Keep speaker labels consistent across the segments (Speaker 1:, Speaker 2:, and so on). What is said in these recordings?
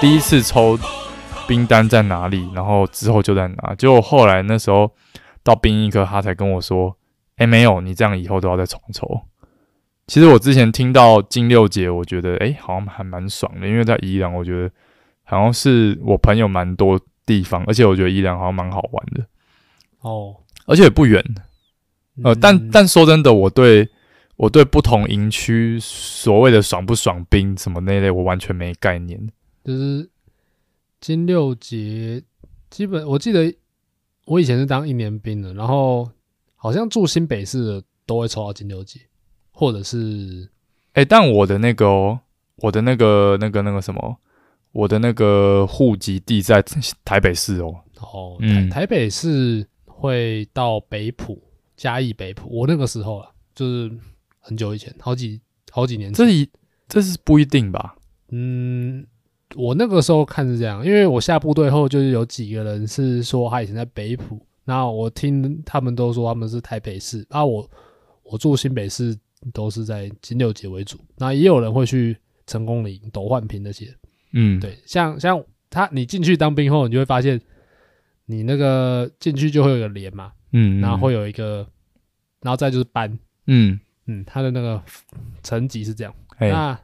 Speaker 1: 第一次抽冰单在哪里，然后之后就在哪。结果后来那时候到兵役科，他才跟我说：“哎、没有，你这样以后都要再重抽。”其实我之前听到金六姐，我觉得哎、好像还蛮爽的，因为在宜兰，我觉得好像是我朋友蛮多地方，而且我觉得宜兰好像蛮好玩的，
Speaker 2: 哦，
Speaker 1: 而且也不远。呃，但
Speaker 2: 嗯
Speaker 1: 但说真的，我对我对不同营区所谓的爽不爽兵什么那类，我完全没概念。
Speaker 2: 就是金六节，基本我记得我以前是当一年兵的，然后好像住新北市的都会抽到金六节，或者是
Speaker 1: 哎、但我的那个、哦，我的那个那个那个什么，我的那个户籍地在台北市哦。
Speaker 2: 哦，台、
Speaker 1: 嗯
Speaker 2: 台北市会到北浦、嘉义北浦。我那个时候啊，就是很久以前，好几好几年前。
Speaker 1: 这一这是不一定吧？
Speaker 2: 嗯，我那个时候看是这样，因为我下部队后就是有几个人是说他以前在北浦，那我听他们都说他们是台北市，啊我我住新北市都是在金六结为主，那也有人会去成功岭、斗焕平那些，
Speaker 1: 嗯，，
Speaker 2: 对，像像他你进去当兵后，你就会发现你那个进去就会有个连嘛，
Speaker 1: 嗯，
Speaker 2: 然后会有一个，然后再就是班，
Speaker 1: 嗯，
Speaker 2: 嗯，他的那个层级是这样。
Speaker 1: 哎哎、
Speaker 2: 那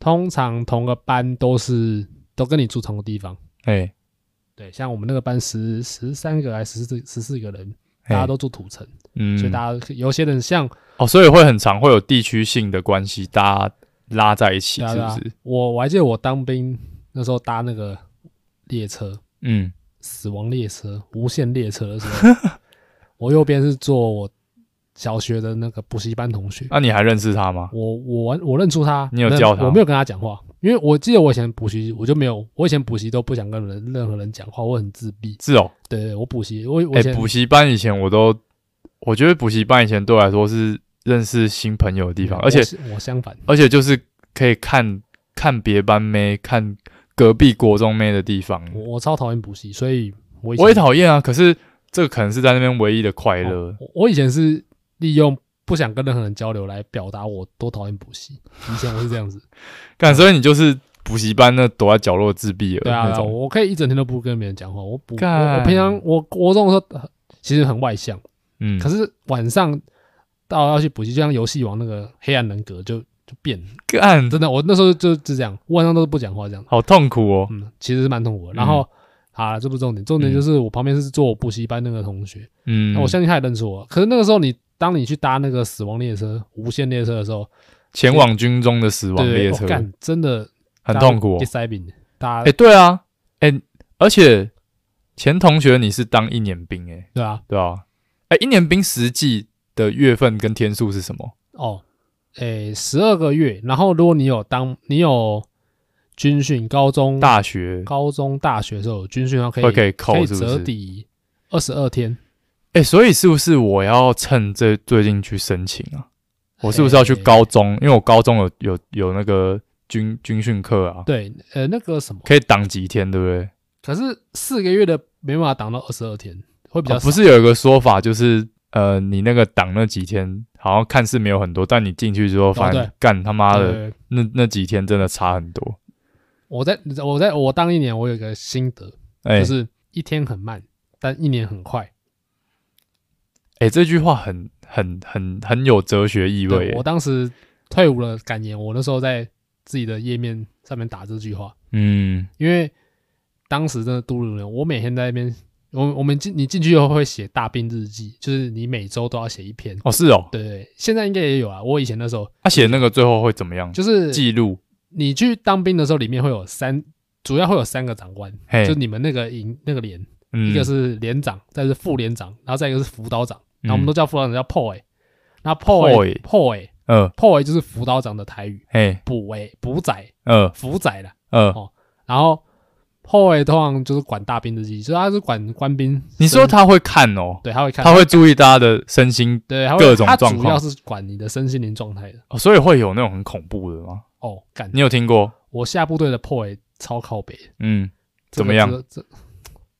Speaker 2: 通常同个班都是都跟你住同个地方，
Speaker 1: 欸
Speaker 2: 对，像我们那个班十十三个还是十四十四个人，
Speaker 1: 欸
Speaker 2: 大家都住土城，
Speaker 1: 嗯，
Speaker 2: 所以大家有些人像
Speaker 1: 哦，所以会很常会有地区性的关系，大家拉在一起，
Speaker 2: 对啊
Speaker 1: 是
Speaker 2: 对
Speaker 1: 不
Speaker 2: 啊
Speaker 1: 是？
Speaker 2: 我我还记得我当兵那时候搭那个列车，
Speaker 1: 嗯，
Speaker 2: 死亡 列车、无限列车的时候，我右边是坐我小学的那个补习班同学，
Speaker 1: 那、你还认识他吗？
Speaker 2: 我我完我认出他，
Speaker 1: 你有
Speaker 2: 但
Speaker 1: 叫他
Speaker 2: 我没有跟他讲话，因为我记得我以前补习我就没有，我以前补习都不想跟人任何人讲话，我很自闭。
Speaker 1: 是哦，
Speaker 2: 对对，我补习，我我
Speaker 1: 哎
Speaker 2: 以，前、
Speaker 1: 补习班以前我都，我觉得补习班以前对我来说是认识新朋友的地方，而且
Speaker 2: 我是我相反，
Speaker 1: 而且就是可以看看别班妹、看隔壁国中妹的地方，
Speaker 2: 我我超讨厌补习，所以我以
Speaker 1: 嗯
Speaker 2: 前
Speaker 1: 我也讨厌啊。可是这个可能是在那边唯一的快乐。
Speaker 2: 哦我我以前是利用不想跟任何人交流来表达我多讨厌补习，以前我是这 样子。
Speaker 1: 干，所以你就是补习班那躲在角落自闭了
Speaker 2: 嗯对啊，
Speaker 1: 那
Speaker 2: 对啊
Speaker 1: 种。
Speaker 2: 我可以一整天都不跟别人讲话。我不，我
Speaker 1: 干
Speaker 2: 我平常我国中的时候呃其实很外向，
Speaker 1: 嗯，
Speaker 2: 可是晚上到要去补习，就像游戏王那个黑暗人格就就变了。
Speaker 1: 干
Speaker 2: 真的，我那时候就就这样，晚上都不讲话这样。
Speaker 1: 好痛苦哦。
Speaker 2: 嗯，其实是蛮痛苦的。然后，啊，这不是重点，重点就是我旁边是坐我补习班那个同学，
Speaker 1: 嗯，
Speaker 2: 那我相信他也认出我。可是那个时候你。当你去搭那个死亡列车、无限列车的时候，
Speaker 1: 前往军中的死亡
Speaker 2: 对对
Speaker 1: 列
Speaker 2: 对，
Speaker 1: 车
Speaker 2: 哦，干真的
Speaker 1: 很痛苦
Speaker 2: 第
Speaker 1: 哦。
Speaker 2: 塞饼，大
Speaker 1: 哎、
Speaker 2: 家
Speaker 1: 对啊，哎、而且前同学你是当一年兵、哎，
Speaker 2: 对啊，
Speaker 1: 对啊，哎、一年兵实际的月份跟天数是什么？
Speaker 2: 哦，诶，十二个月。然后如果你有当你有军训，高中
Speaker 1: 大学
Speaker 2: 高中大学的时候有军训，然后可以
Speaker 1: 会可以扣
Speaker 2: 可以
Speaker 1: 是不是
Speaker 2: 折抵二十二天。
Speaker 1: 哎、所以是不是我要趁这最近去申请啊？我是不是要去
Speaker 2: 诶
Speaker 1: 高中？因为我高中有有有那个军军训课啊，
Speaker 2: 对，呃，那个什么，
Speaker 1: 可以挡几天，对不对？
Speaker 2: 可是四个月的没办法挡到二十二天，会比较
Speaker 1: 哦
Speaker 2: 少、
Speaker 1: 不是有一个说法，就是呃，你那个挡那几天，好像看似没有很多，但你进去之后发
Speaker 2: 哦对
Speaker 1: 现，干他妈
Speaker 2: 对
Speaker 1: 的，
Speaker 2: 对对
Speaker 1: 那那几天真的差很多。
Speaker 2: 我在我在我当一年，我有一个心得，
Speaker 1: 哎、
Speaker 2: 就
Speaker 1: 哎、
Speaker 2: 是一天很慢，但一年很快。
Speaker 1: 欸这句话很很很很有哲学意味欸
Speaker 2: 对
Speaker 1: 耶
Speaker 2: 我。当时退伍了感言，我那时候在自己的页面上面打这句话，
Speaker 1: 嗯，
Speaker 2: 因为当时真的度日如年，我每天在那边，我我们进你进去以后会写大兵日记，就是你每周都要写一篇。
Speaker 1: 哦是哦，
Speaker 2: 对对，对现在应该也有啊。我以前那时候
Speaker 1: 他写那个最后会怎么样？
Speaker 2: 就是
Speaker 1: 嗯记录，
Speaker 2: 你去当兵的时候，里面会有三，主要会有三个长官，
Speaker 1: 嘿
Speaker 2: 就，你们那个营那个连，
Speaker 1: 哎嗯
Speaker 2: 一个是连长，再是副连长，然后再一个是辅导长，然后我们都
Speaker 1: 嗯
Speaker 2: 叫辅导长叫 POY，那 POY POY
Speaker 1: 呃，
Speaker 2: POY 就是辅导长的台语，
Speaker 1: 嘿，
Speaker 2: 补诶补仔
Speaker 1: 呃
Speaker 2: 辅仔啦，
Speaker 1: 呃，
Speaker 2: 然后 POY 通常就是管大兵日记，就是他是管官兵，
Speaker 1: 你说他会看哦，
Speaker 2: 对，他会看，
Speaker 1: 他会注意大家的身心，
Speaker 2: 对，他会
Speaker 1: 各种
Speaker 2: 他
Speaker 1: 状
Speaker 2: 主
Speaker 1: 况
Speaker 2: 要是管你的身心灵状态的。
Speaker 1: 哦所以会有那种很恐怖的吗？
Speaker 2: 哦，干，
Speaker 1: 你有听过？
Speaker 2: 我下部队的 POY 超靠北，
Speaker 1: 嗯，
Speaker 2: 这个
Speaker 1: 怎么样
Speaker 2: 这个这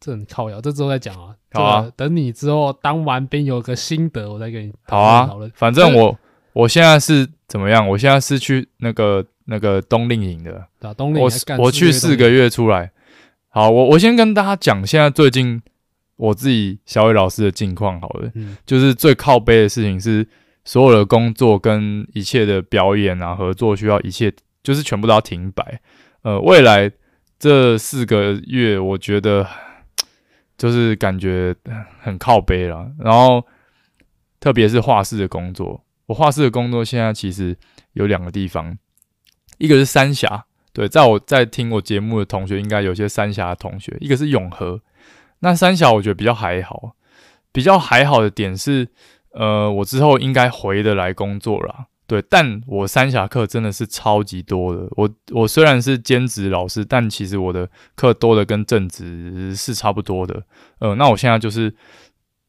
Speaker 2: 这很靠腰，这之后再讲啊。
Speaker 1: 好啊
Speaker 2: 这个等你之后当完兵有个心得，我再跟你讨
Speaker 1: 好
Speaker 2: 论
Speaker 1: 啊
Speaker 2: 讨论。，
Speaker 1: 反正我我现在是怎么样？我现在是去那个那个冬令营的，
Speaker 2: 对啊吧？冬令
Speaker 1: 我
Speaker 2: 还干
Speaker 1: 我
Speaker 2: 四
Speaker 1: 去
Speaker 2: 月
Speaker 1: 四
Speaker 2: 冬
Speaker 1: 个月出来。好，我我先跟大家讲现在最近我自己小伟老师的近况好了，
Speaker 2: 令营，嗯，
Speaker 1: 就是最靠背的事情是所有的工作跟一切的表演啊合作需要一切就是全部都要停摆。呃，未来这四个月我觉得就是感觉很靠背了，然后特别是画室的工作，我画室的工作现在其实有两个地方，一个是三峡，对，在我在听我节目的同学应该有些三峡的同学，一个是永和，那三峡我觉得比较还好，比较还好的点是，呃，我之后应该回得来工作啦。对，但我三峡课真的是超级多的。我我虽然是兼职老师，但其实我的课多的跟正职是差不多的。呃，那我现在就是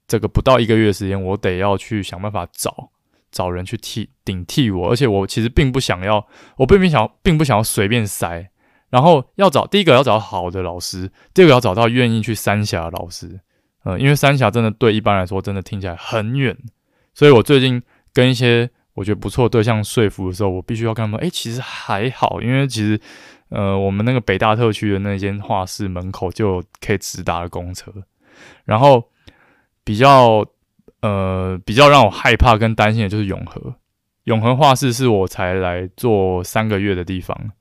Speaker 1: 这个不到一个月的时间，我得要去想办法找找人去替顶替我，而且我其实并不想要，我并不想并不想要随便塞。然后要找第一个要找好的老师，第二个要找到愿意去三峡的老师。呃，因为三峡真的对一般来说真的听起来很远，所以我最近跟一些我觉得不错的对象说服的时候，我必须要跟他们，哎、其实还好，因为其实呃，我们那个北大特区的那间画室门口就有可以直达的公车，然后比较呃比较让我害怕跟担心的就是永和，永和画室是我才来做三个月的地方，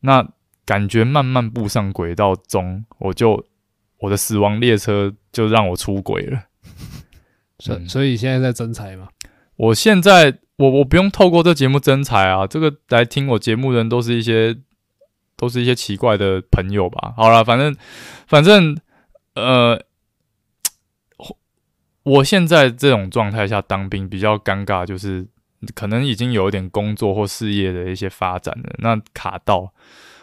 Speaker 1: 那感觉慢慢步上轨道中，我就我的死亡列车就让我出轨了。
Speaker 2: 所
Speaker 1: 嗯
Speaker 2: 所以现在在征才嘛，
Speaker 1: 我现在我我不用透过这节目征才啊，这个来听我节目的人都是一些都是一些奇怪的朋友吧。好了，反正反正呃，我现在这种状态下当兵比较尴尬，就是可能已经有一点工作或事业的一些发展了，那卡到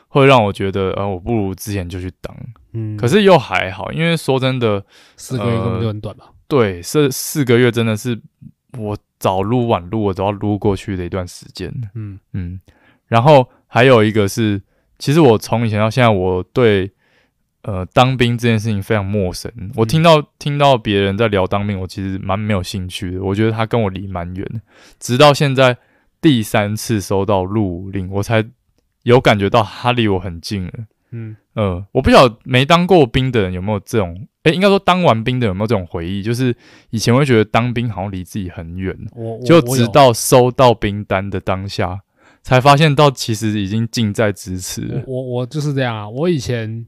Speaker 1: 会让我觉得呃，我不如之前就去当，
Speaker 2: 嗯，
Speaker 1: 可是又还好，因为说真的，
Speaker 2: 四个月根本
Speaker 1: 呃
Speaker 2: 就很短嘛，
Speaker 1: 对，这四个月真的是我早撸晚撸，我都要撸过去的一段时间。
Speaker 2: 嗯
Speaker 1: 嗯，然后还有一个是，其实我从以前到现在，我对呃当兵这件事情非常陌生。我听到、听到别人在聊当兵，我其实蛮没有兴趣的。我觉得他跟我离蛮远的，直到现在第三次收到入伍令，我才有感觉到他离我很近了。
Speaker 2: 嗯，
Speaker 1: 呃，我不晓得没当过兵的人有没有这种，诶、应该说当完兵的有没有这种回忆，就是以前会觉得当兵好像离自己很远，
Speaker 2: 我我
Speaker 1: 就
Speaker 2: 我
Speaker 1: 直
Speaker 2: 有
Speaker 1: 到收到兵单的当下，才发现到其实已经近在咫尺了
Speaker 2: 我。我我就是这样啊，我以前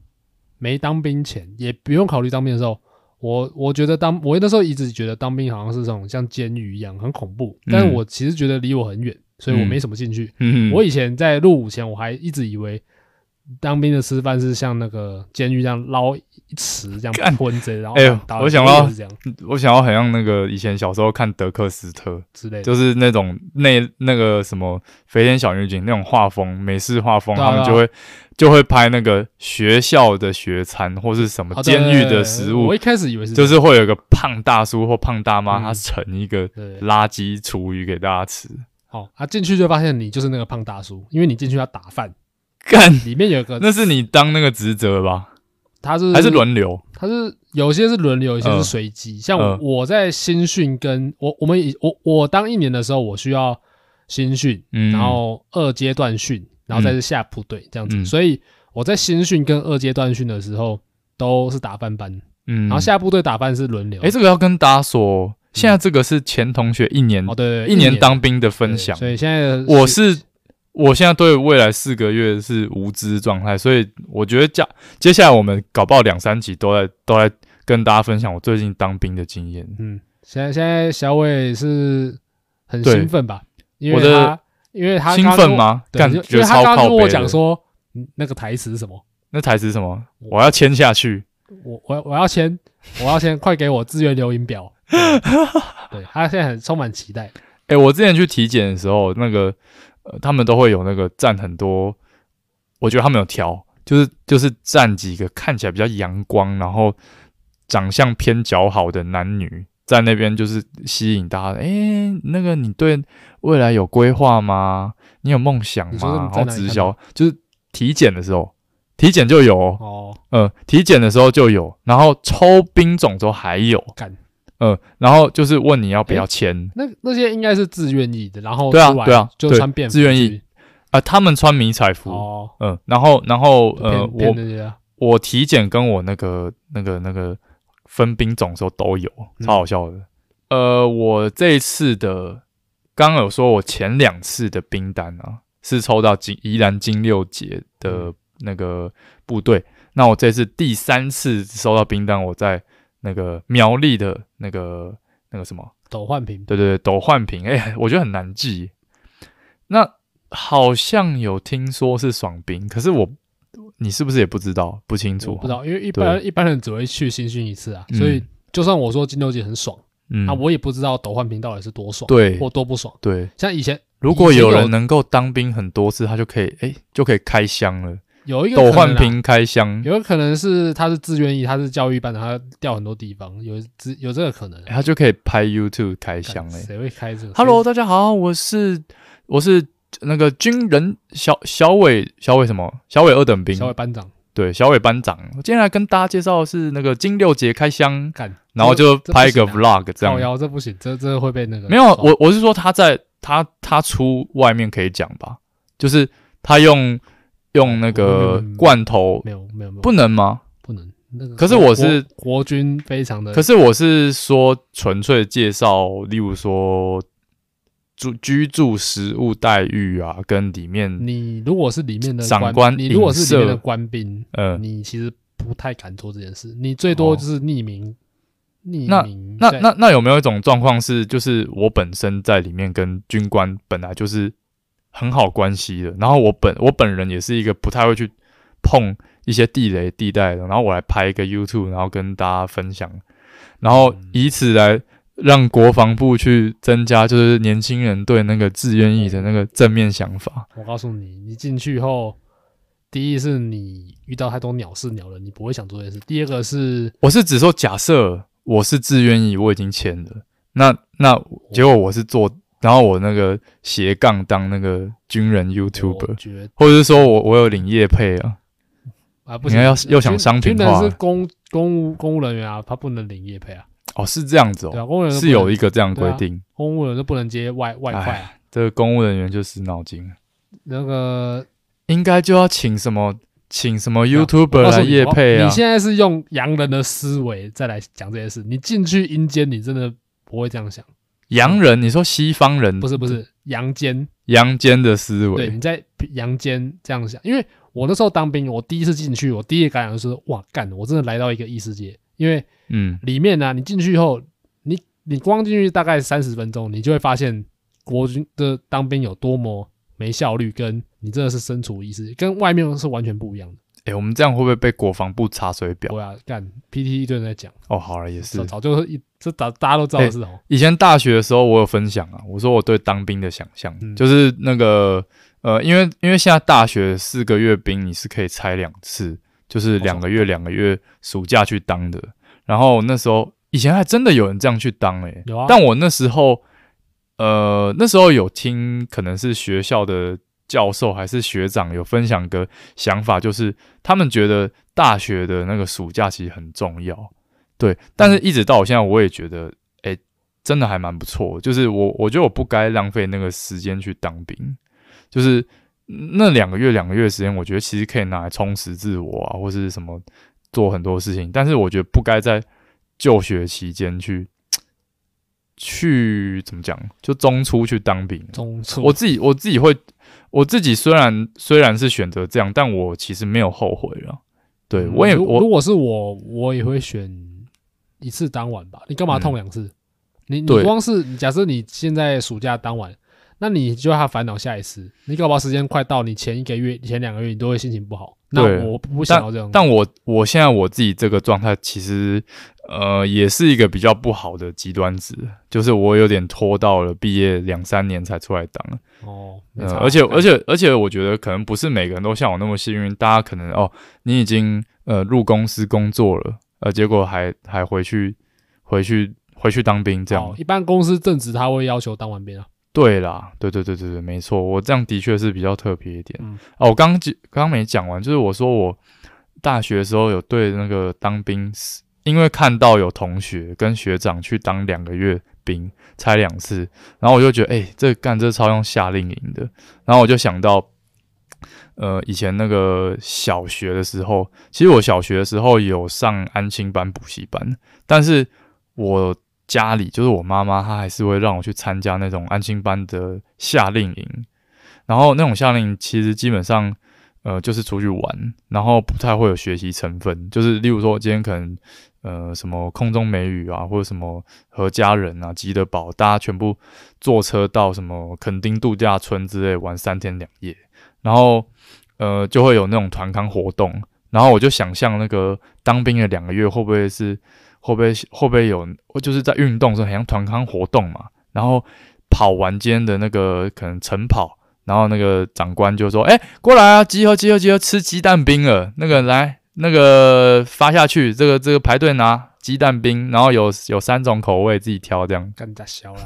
Speaker 2: 没当兵前，也不用考虑当兵的时候，我我觉得当我那时候一直觉得当兵好像是这种像监狱一样很恐怖，但
Speaker 1: 嗯
Speaker 2: 我其实觉得离我很远，所以我没什么兴趣。
Speaker 1: 嗯，
Speaker 2: 我以前在入伍前，我还一直以为当兵的吃饭是像那个监狱这样捞一池这
Speaker 1: 干
Speaker 2: 样喷着，然后
Speaker 1: 哎呦
Speaker 2: 打
Speaker 1: 我想
Speaker 2: 我以为
Speaker 1: 到
Speaker 2: 是这样
Speaker 1: 我想要很像那个以前小时候看德克斯特，
Speaker 2: 之类的，
Speaker 1: 就是那种那那个什么飞天小女警那种画风，美式画风，
Speaker 2: 对啊
Speaker 1: 他们
Speaker 2: 对啊
Speaker 1: 就会就会拍那个学校的学餐或是什么
Speaker 2: 啊对
Speaker 1: 监狱
Speaker 2: 对对
Speaker 1: 的食物
Speaker 2: 我一，开始以为是
Speaker 1: 就
Speaker 2: 这样
Speaker 1: 是会有一个胖大叔或胖大妈，
Speaker 2: 嗯
Speaker 1: 他盛一个
Speaker 2: 对对
Speaker 1: 垃圾厨余给大家吃。
Speaker 2: 好啊，进去就发现你就是那个胖大叔，因为你进去要打饭，
Speaker 1: 干，
Speaker 2: 里面有一个
Speaker 1: 那是你当那个职责吧？
Speaker 2: 他是
Speaker 1: 还是轮流？
Speaker 2: 它是有些是轮流，有些
Speaker 1: 嗯
Speaker 2: 是随机。像
Speaker 1: 嗯
Speaker 2: 我在新训跟我我们以我我当一年的时候，我需要新训，
Speaker 1: 嗯，
Speaker 2: 然后二阶段训，然后再是下部队这样子。
Speaker 1: 嗯
Speaker 2: 所以我在新训跟二阶段训的时候都是打翻班，
Speaker 1: 嗯，
Speaker 2: 然后下部队打翻是轮流。
Speaker 1: 哎、这个要跟大家说，现在这个是前同学一年、
Speaker 2: 哦对对对
Speaker 1: 一年当兵的分享
Speaker 2: 对。所以现在的
Speaker 1: 我是我现在对未来四个月是无知状态，所以我觉得接接下来我们搞不好两三集都在都在跟大家分享我最近当兵的经验。
Speaker 2: 嗯，现在现在小伟是很
Speaker 1: 对
Speaker 2: 兴奋吧？因为
Speaker 1: 我的
Speaker 2: 他因为他
Speaker 1: 兴
Speaker 2: 刚
Speaker 1: 奋
Speaker 2: 跟我？
Speaker 1: 吗？
Speaker 2: 对，
Speaker 1: 感
Speaker 2: 因为
Speaker 1: 觉
Speaker 2: 他
Speaker 1: 超
Speaker 2: 刚刚
Speaker 1: 靠
Speaker 2: 跟
Speaker 1: 背
Speaker 2: 我
Speaker 1: 的。
Speaker 2: 讲说嗯那个台词是什么？
Speaker 1: 那台词什么？我要签下去。
Speaker 2: 我我我要签，我要签，快给我自愿留影表。对对他现在很充满期待，
Speaker 1: 哎、我之前去体检的时候，那个、呃、他们都会有那个站很多，我觉得他们有调，就是就是站几个看起来比较阳光，然后长相偏姣好的男女在那边，就是吸引大家。哎、那个你对未来有规划吗？你有梦想
Speaker 2: 你说
Speaker 1: 吗？
Speaker 2: 在
Speaker 1: 然后
Speaker 2: 哪里
Speaker 1: 直
Speaker 2: 看
Speaker 1: 销就是体检的时候，体检就有、哦，
Speaker 2: 哦，
Speaker 1: 呃，体检的时候就有，然后抽兵种之后还有
Speaker 2: 干，
Speaker 1: 呃，然后就是问你要不
Speaker 2: 诶
Speaker 1: 要签。
Speaker 2: 那那些应该是自愿意的，然后
Speaker 1: 对啊
Speaker 2: 出来
Speaker 1: 对啊
Speaker 2: 就
Speaker 1: 对
Speaker 2: 穿便服
Speaker 1: 自愿意
Speaker 2: 去，
Speaker 1: 啊，他们穿迷彩服，
Speaker 2: 哦，
Speaker 1: 嗯，然后然后呃，
Speaker 2: 骗啊骗
Speaker 1: 我
Speaker 2: 人家，
Speaker 1: 我体检跟我那个那个那个分兵种的时候都有，
Speaker 2: 嗯
Speaker 1: 超好笑的。呃，我这一次的刚刚有说，我前两次的兵单啊是抽到金宜兰金六节的那个部队，那我这次第三次收到兵单，我在那个苗栗的那个那个什么
Speaker 2: 抖换屏，
Speaker 1: 对对对，斗焕平，哎、我觉得很难记。那好像有听说是爽兵，可是我你是不是也不知道？不清楚，啊
Speaker 2: 我不知。道，因为一般一般人只会去新训一次啊，所以
Speaker 1: 嗯
Speaker 2: 就算我说金牛节很爽，
Speaker 1: 嗯，
Speaker 2: 啊，我也不知道抖换屏到底是多爽，
Speaker 1: 对
Speaker 2: 或多不爽。
Speaker 1: 对，
Speaker 2: 像以前
Speaker 1: 如果
Speaker 2: 以前有
Speaker 1: 有人能够当兵很多次，他就可以哎、就可以开箱了。
Speaker 2: 有一个
Speaker 1: 斗
Speaker 2: 可
Speaker 1: 焕
Speaker 2: 能啊，
Speaker 1: 平开箱、
Speaker 2: 有一个可能是他是自愿意，他是教育班的，他调很多地方，有只有这个可能啊。
Speaker 1: 哎他就可以拍 YouTube 开箱
Speaker 2: 干
Speaker 1: 哎、
Speaker 2: 谁会开这个
Speaker 1: Hello，大家好，我是我是那个军人小小伟小伟什么小伟二等兵
Speaker 2: 小，伟班长
Speaker 1: 对小伟班长。我今天来跟大家介绍的是那个金六节开箱。
Speaker 2: 干，
Speaker 1: 然后就拍一个
Speaker 2: 这不行啊
Speaker 1: vlog 这
Speaker 2: 靠
Speaker 1: 样。
Speaker 2: 腰这哦不行，这这会被那个
Speaker 1: 没有，啊
Speaker 2: 抓
Speaker 1: 我我是说他在他他出外面可以讲吧，就是他用用那个
Speaker 2: 嗯
Speaker 1: 罐头
Speaker 2: 没有没有没有
Speaker 1: 不能吗？
Speaker 2: 不能那个国。
Speaker 1: 可是我是
Speaker 2: 国国军，非常的
Speaker 1: 可是我是说纯粹介绍，例如说住居住、食物待遇啊，跟里面
Speaker 2: 你如果是里面的
Speaker 1: 长
Speaker 2: 官
Speaker 1: 官
Speaker 2: 你如果是
Speaker 1: 影
Speaker 2: 里面的
Speaker 1: 射
Speaker 2: 官兵，
Speaker 1: 呃，
Speaker 2: 你其实不太敢做这件事，你最多就是匿名，匿名
Speaker 1: 哦那
Speaker 2: 在
Speaker 1: 那那有没有一种状况是，就是我本身在里面跟军官本来就是很好关系的，然后我本我本人也是一个不太会去碰一些地雷地带的，然后我来拍一个 YouTube，然后跟大家分享，然后以此来让国防部去增加就是年轻人对那个志愿役的那个正面想法。
Speaker 2: 我告诉你，你进去后，第一是你遇到太多鸟事鸟了，你不会想做这件事；第二个是
Speaker 1: 我是只说假设我是志愿役，我已经签了，那那结
Speaker 2: 哦
Speaker 1: 果我是做，然后我那个斜杠当那个军人
Speaker 2: 我
Speaker 1: YouTuber，
Speaker 2: 觉得
Speaker 1: 或者是说我我有领业配啊，
Speaker 2: 啊，不行，
Speaker 1: 你要要想商品
Speaker 2: 军
Speaker 1: 化
Speaker 2: 军人是公公务公务人员啊，他不能领业配啊，
Speaker 1: 哦是这样子
Speaker 2: 对
Speaker 1: 哦，
Speaker 2: 啊，公务人员
Speaker 1: 是有
Speaker 2: 一
Speaker 1: 一个这样的规定，
Speaker 2: 公务人都不能接外外快啊，
Speaker 1: 这个公务人员就死脑筋了，
Speaker 2: 那个
Speaker 1: 应该就要请什么请什么
Speaker 2: 有
Speaker 1: YouTuber
Speaker 2: 告诉
Speaker 1: 来
Speaker 2: 你
Speaker 1: 业配
Speaker 2: 我
Speaker 1: 啊
Speaker 2: 啊哦你，现在是用洋人的思维再来讲这些事，你进去阴间，你真的不会这样想，
Speaker 1: 洋人你说西方人
Speaker 2: 不是不是阳间，
Speaker 1: 阳间的思
Speaker 2: 对，
Speaker 1: 维，
Speaker 2: 你在阳间这样想，因为我那时候当兵，我第一次进去，我第一个感想就是哇干，我真的来到一个异世界，因为
Speaker 1: 嗯
Speaker 2: 里面啊呢、你进去后，你你光进去大概三十分钟，你就会发现国军的当兵有多么没效率，跟你真的是身处异世界，跟外面是完全不一样的。
Speaker 1: 哎、我们这样会不会被国防部查水表？
Speaker 2: 我要干 PT 一堆人在讲，
Speaker 1: 哦，好了，也是嗯
Speaker 2: 早。早就是一这早大家都知道的事哦。
Speaker 1: 以前大学的时候，我有分享啊，我说我对当兵的想象，
Speaker 2: 嗯
Speaker 1: 就是那个呃，因为因为现在大学四个月兵你是可以拆两次，就是两个月两个月暑假去当的。然后那时候以前还真的有人这样去当诶、欸
Speaker 2: 有啊
Speaker 1: 但我那时候呃那时候有听，可能是学校的教授还是学长有分享个想法，就是他们觉得大学的那个暑假其实很重要。对，但是一直到我现在，我也觉得，哎、真的还蛮不错。就是我，我觉得我不该浪费那个时间去当兵，就是那两个月、两个月的时间，我觉得其实可以拿来充实自我啊，或是什么做很多事情。但是我觉得不该在就学期间去去怎么讲，就中出去当兵。
Speaker 2: 中错
Speaker 1: 我自己我自己会，我自己虽然虽然是选择这样，但我其实没有后悔了。对嗯我也
Speaker 2: 如
Speaker 1: 我
Speaker 2: 如果是我，我也会选一次当晚吧。你干嘛痛两次？你你
Speaker 1: 嗯对
Speaker 2: 光是你假设你现在暑假当晚，那你就要烦恼下一次。你搞不好时间快到，你前一个月、前两个月你都会心情不好。那
Speaker 1: 对
Speaker 2: 我不想要这样。
Speaker 1: 但我我现在我自己这个状态，其实呃也是一个比较不好的极端值，就是我有点拖到了毕业两三年才出来当，
Speaker 2: 哦，没
Speaker 1: 嗯
Speaker 2: 差
Speaker 1: 而且而
Speaker 2: 且
Speaker 1: 且而且我觉得可能不是每个人都像我那么幸运，大家可能哦你已经呃入公司工作了，呃结果还还回去回去回去当兵这样，
Speaker 2: 一般公司正职他会要求当晚兵啊。
Speaker 1: 对啦，对对对对对，没错，我这样的确是比较特别一点。
Speaker 2: 嗯
Speaker 1: 哦，我刚刚刚刚没讲完，就是我说我大学的时候有对那个当兵是，因为看到有同学跟学长去当两个月兵，拆两次，然后我就觉得，哎、这干这超像夏令营的，然后我就想到呃以前那个小学的时候，其实我小学的时候有上安亲班、补习班，但是我家里就是我妈妈，她还是会让我去参加那种安亲班的夏令营。然后那种夏令营其实基本上，呃，就是出去玩，然后不太会有学习成分。就是例如说，今天可能呃什么空中美语啊，或者什么和家人啊、吉德堡，大家全部坐车到什么垦丁度假村之类玩三天两夜，然后呃就会有那种团康活动。然后我就想象那个当兵的两个月会不会是会不会会不会有，就是在运动的时候，很像团康活动嘛。然后跑完今天的那个可能晨跑。然后那个长官就说：“哎、欸，过来啊，集合集合集合，吃鸡蛋冰了。那个来，那个发下去，这个这个排队拿鸡蛋冰，然后有有三种口味，自己挑这样。
Speaker 2: 干大小啦。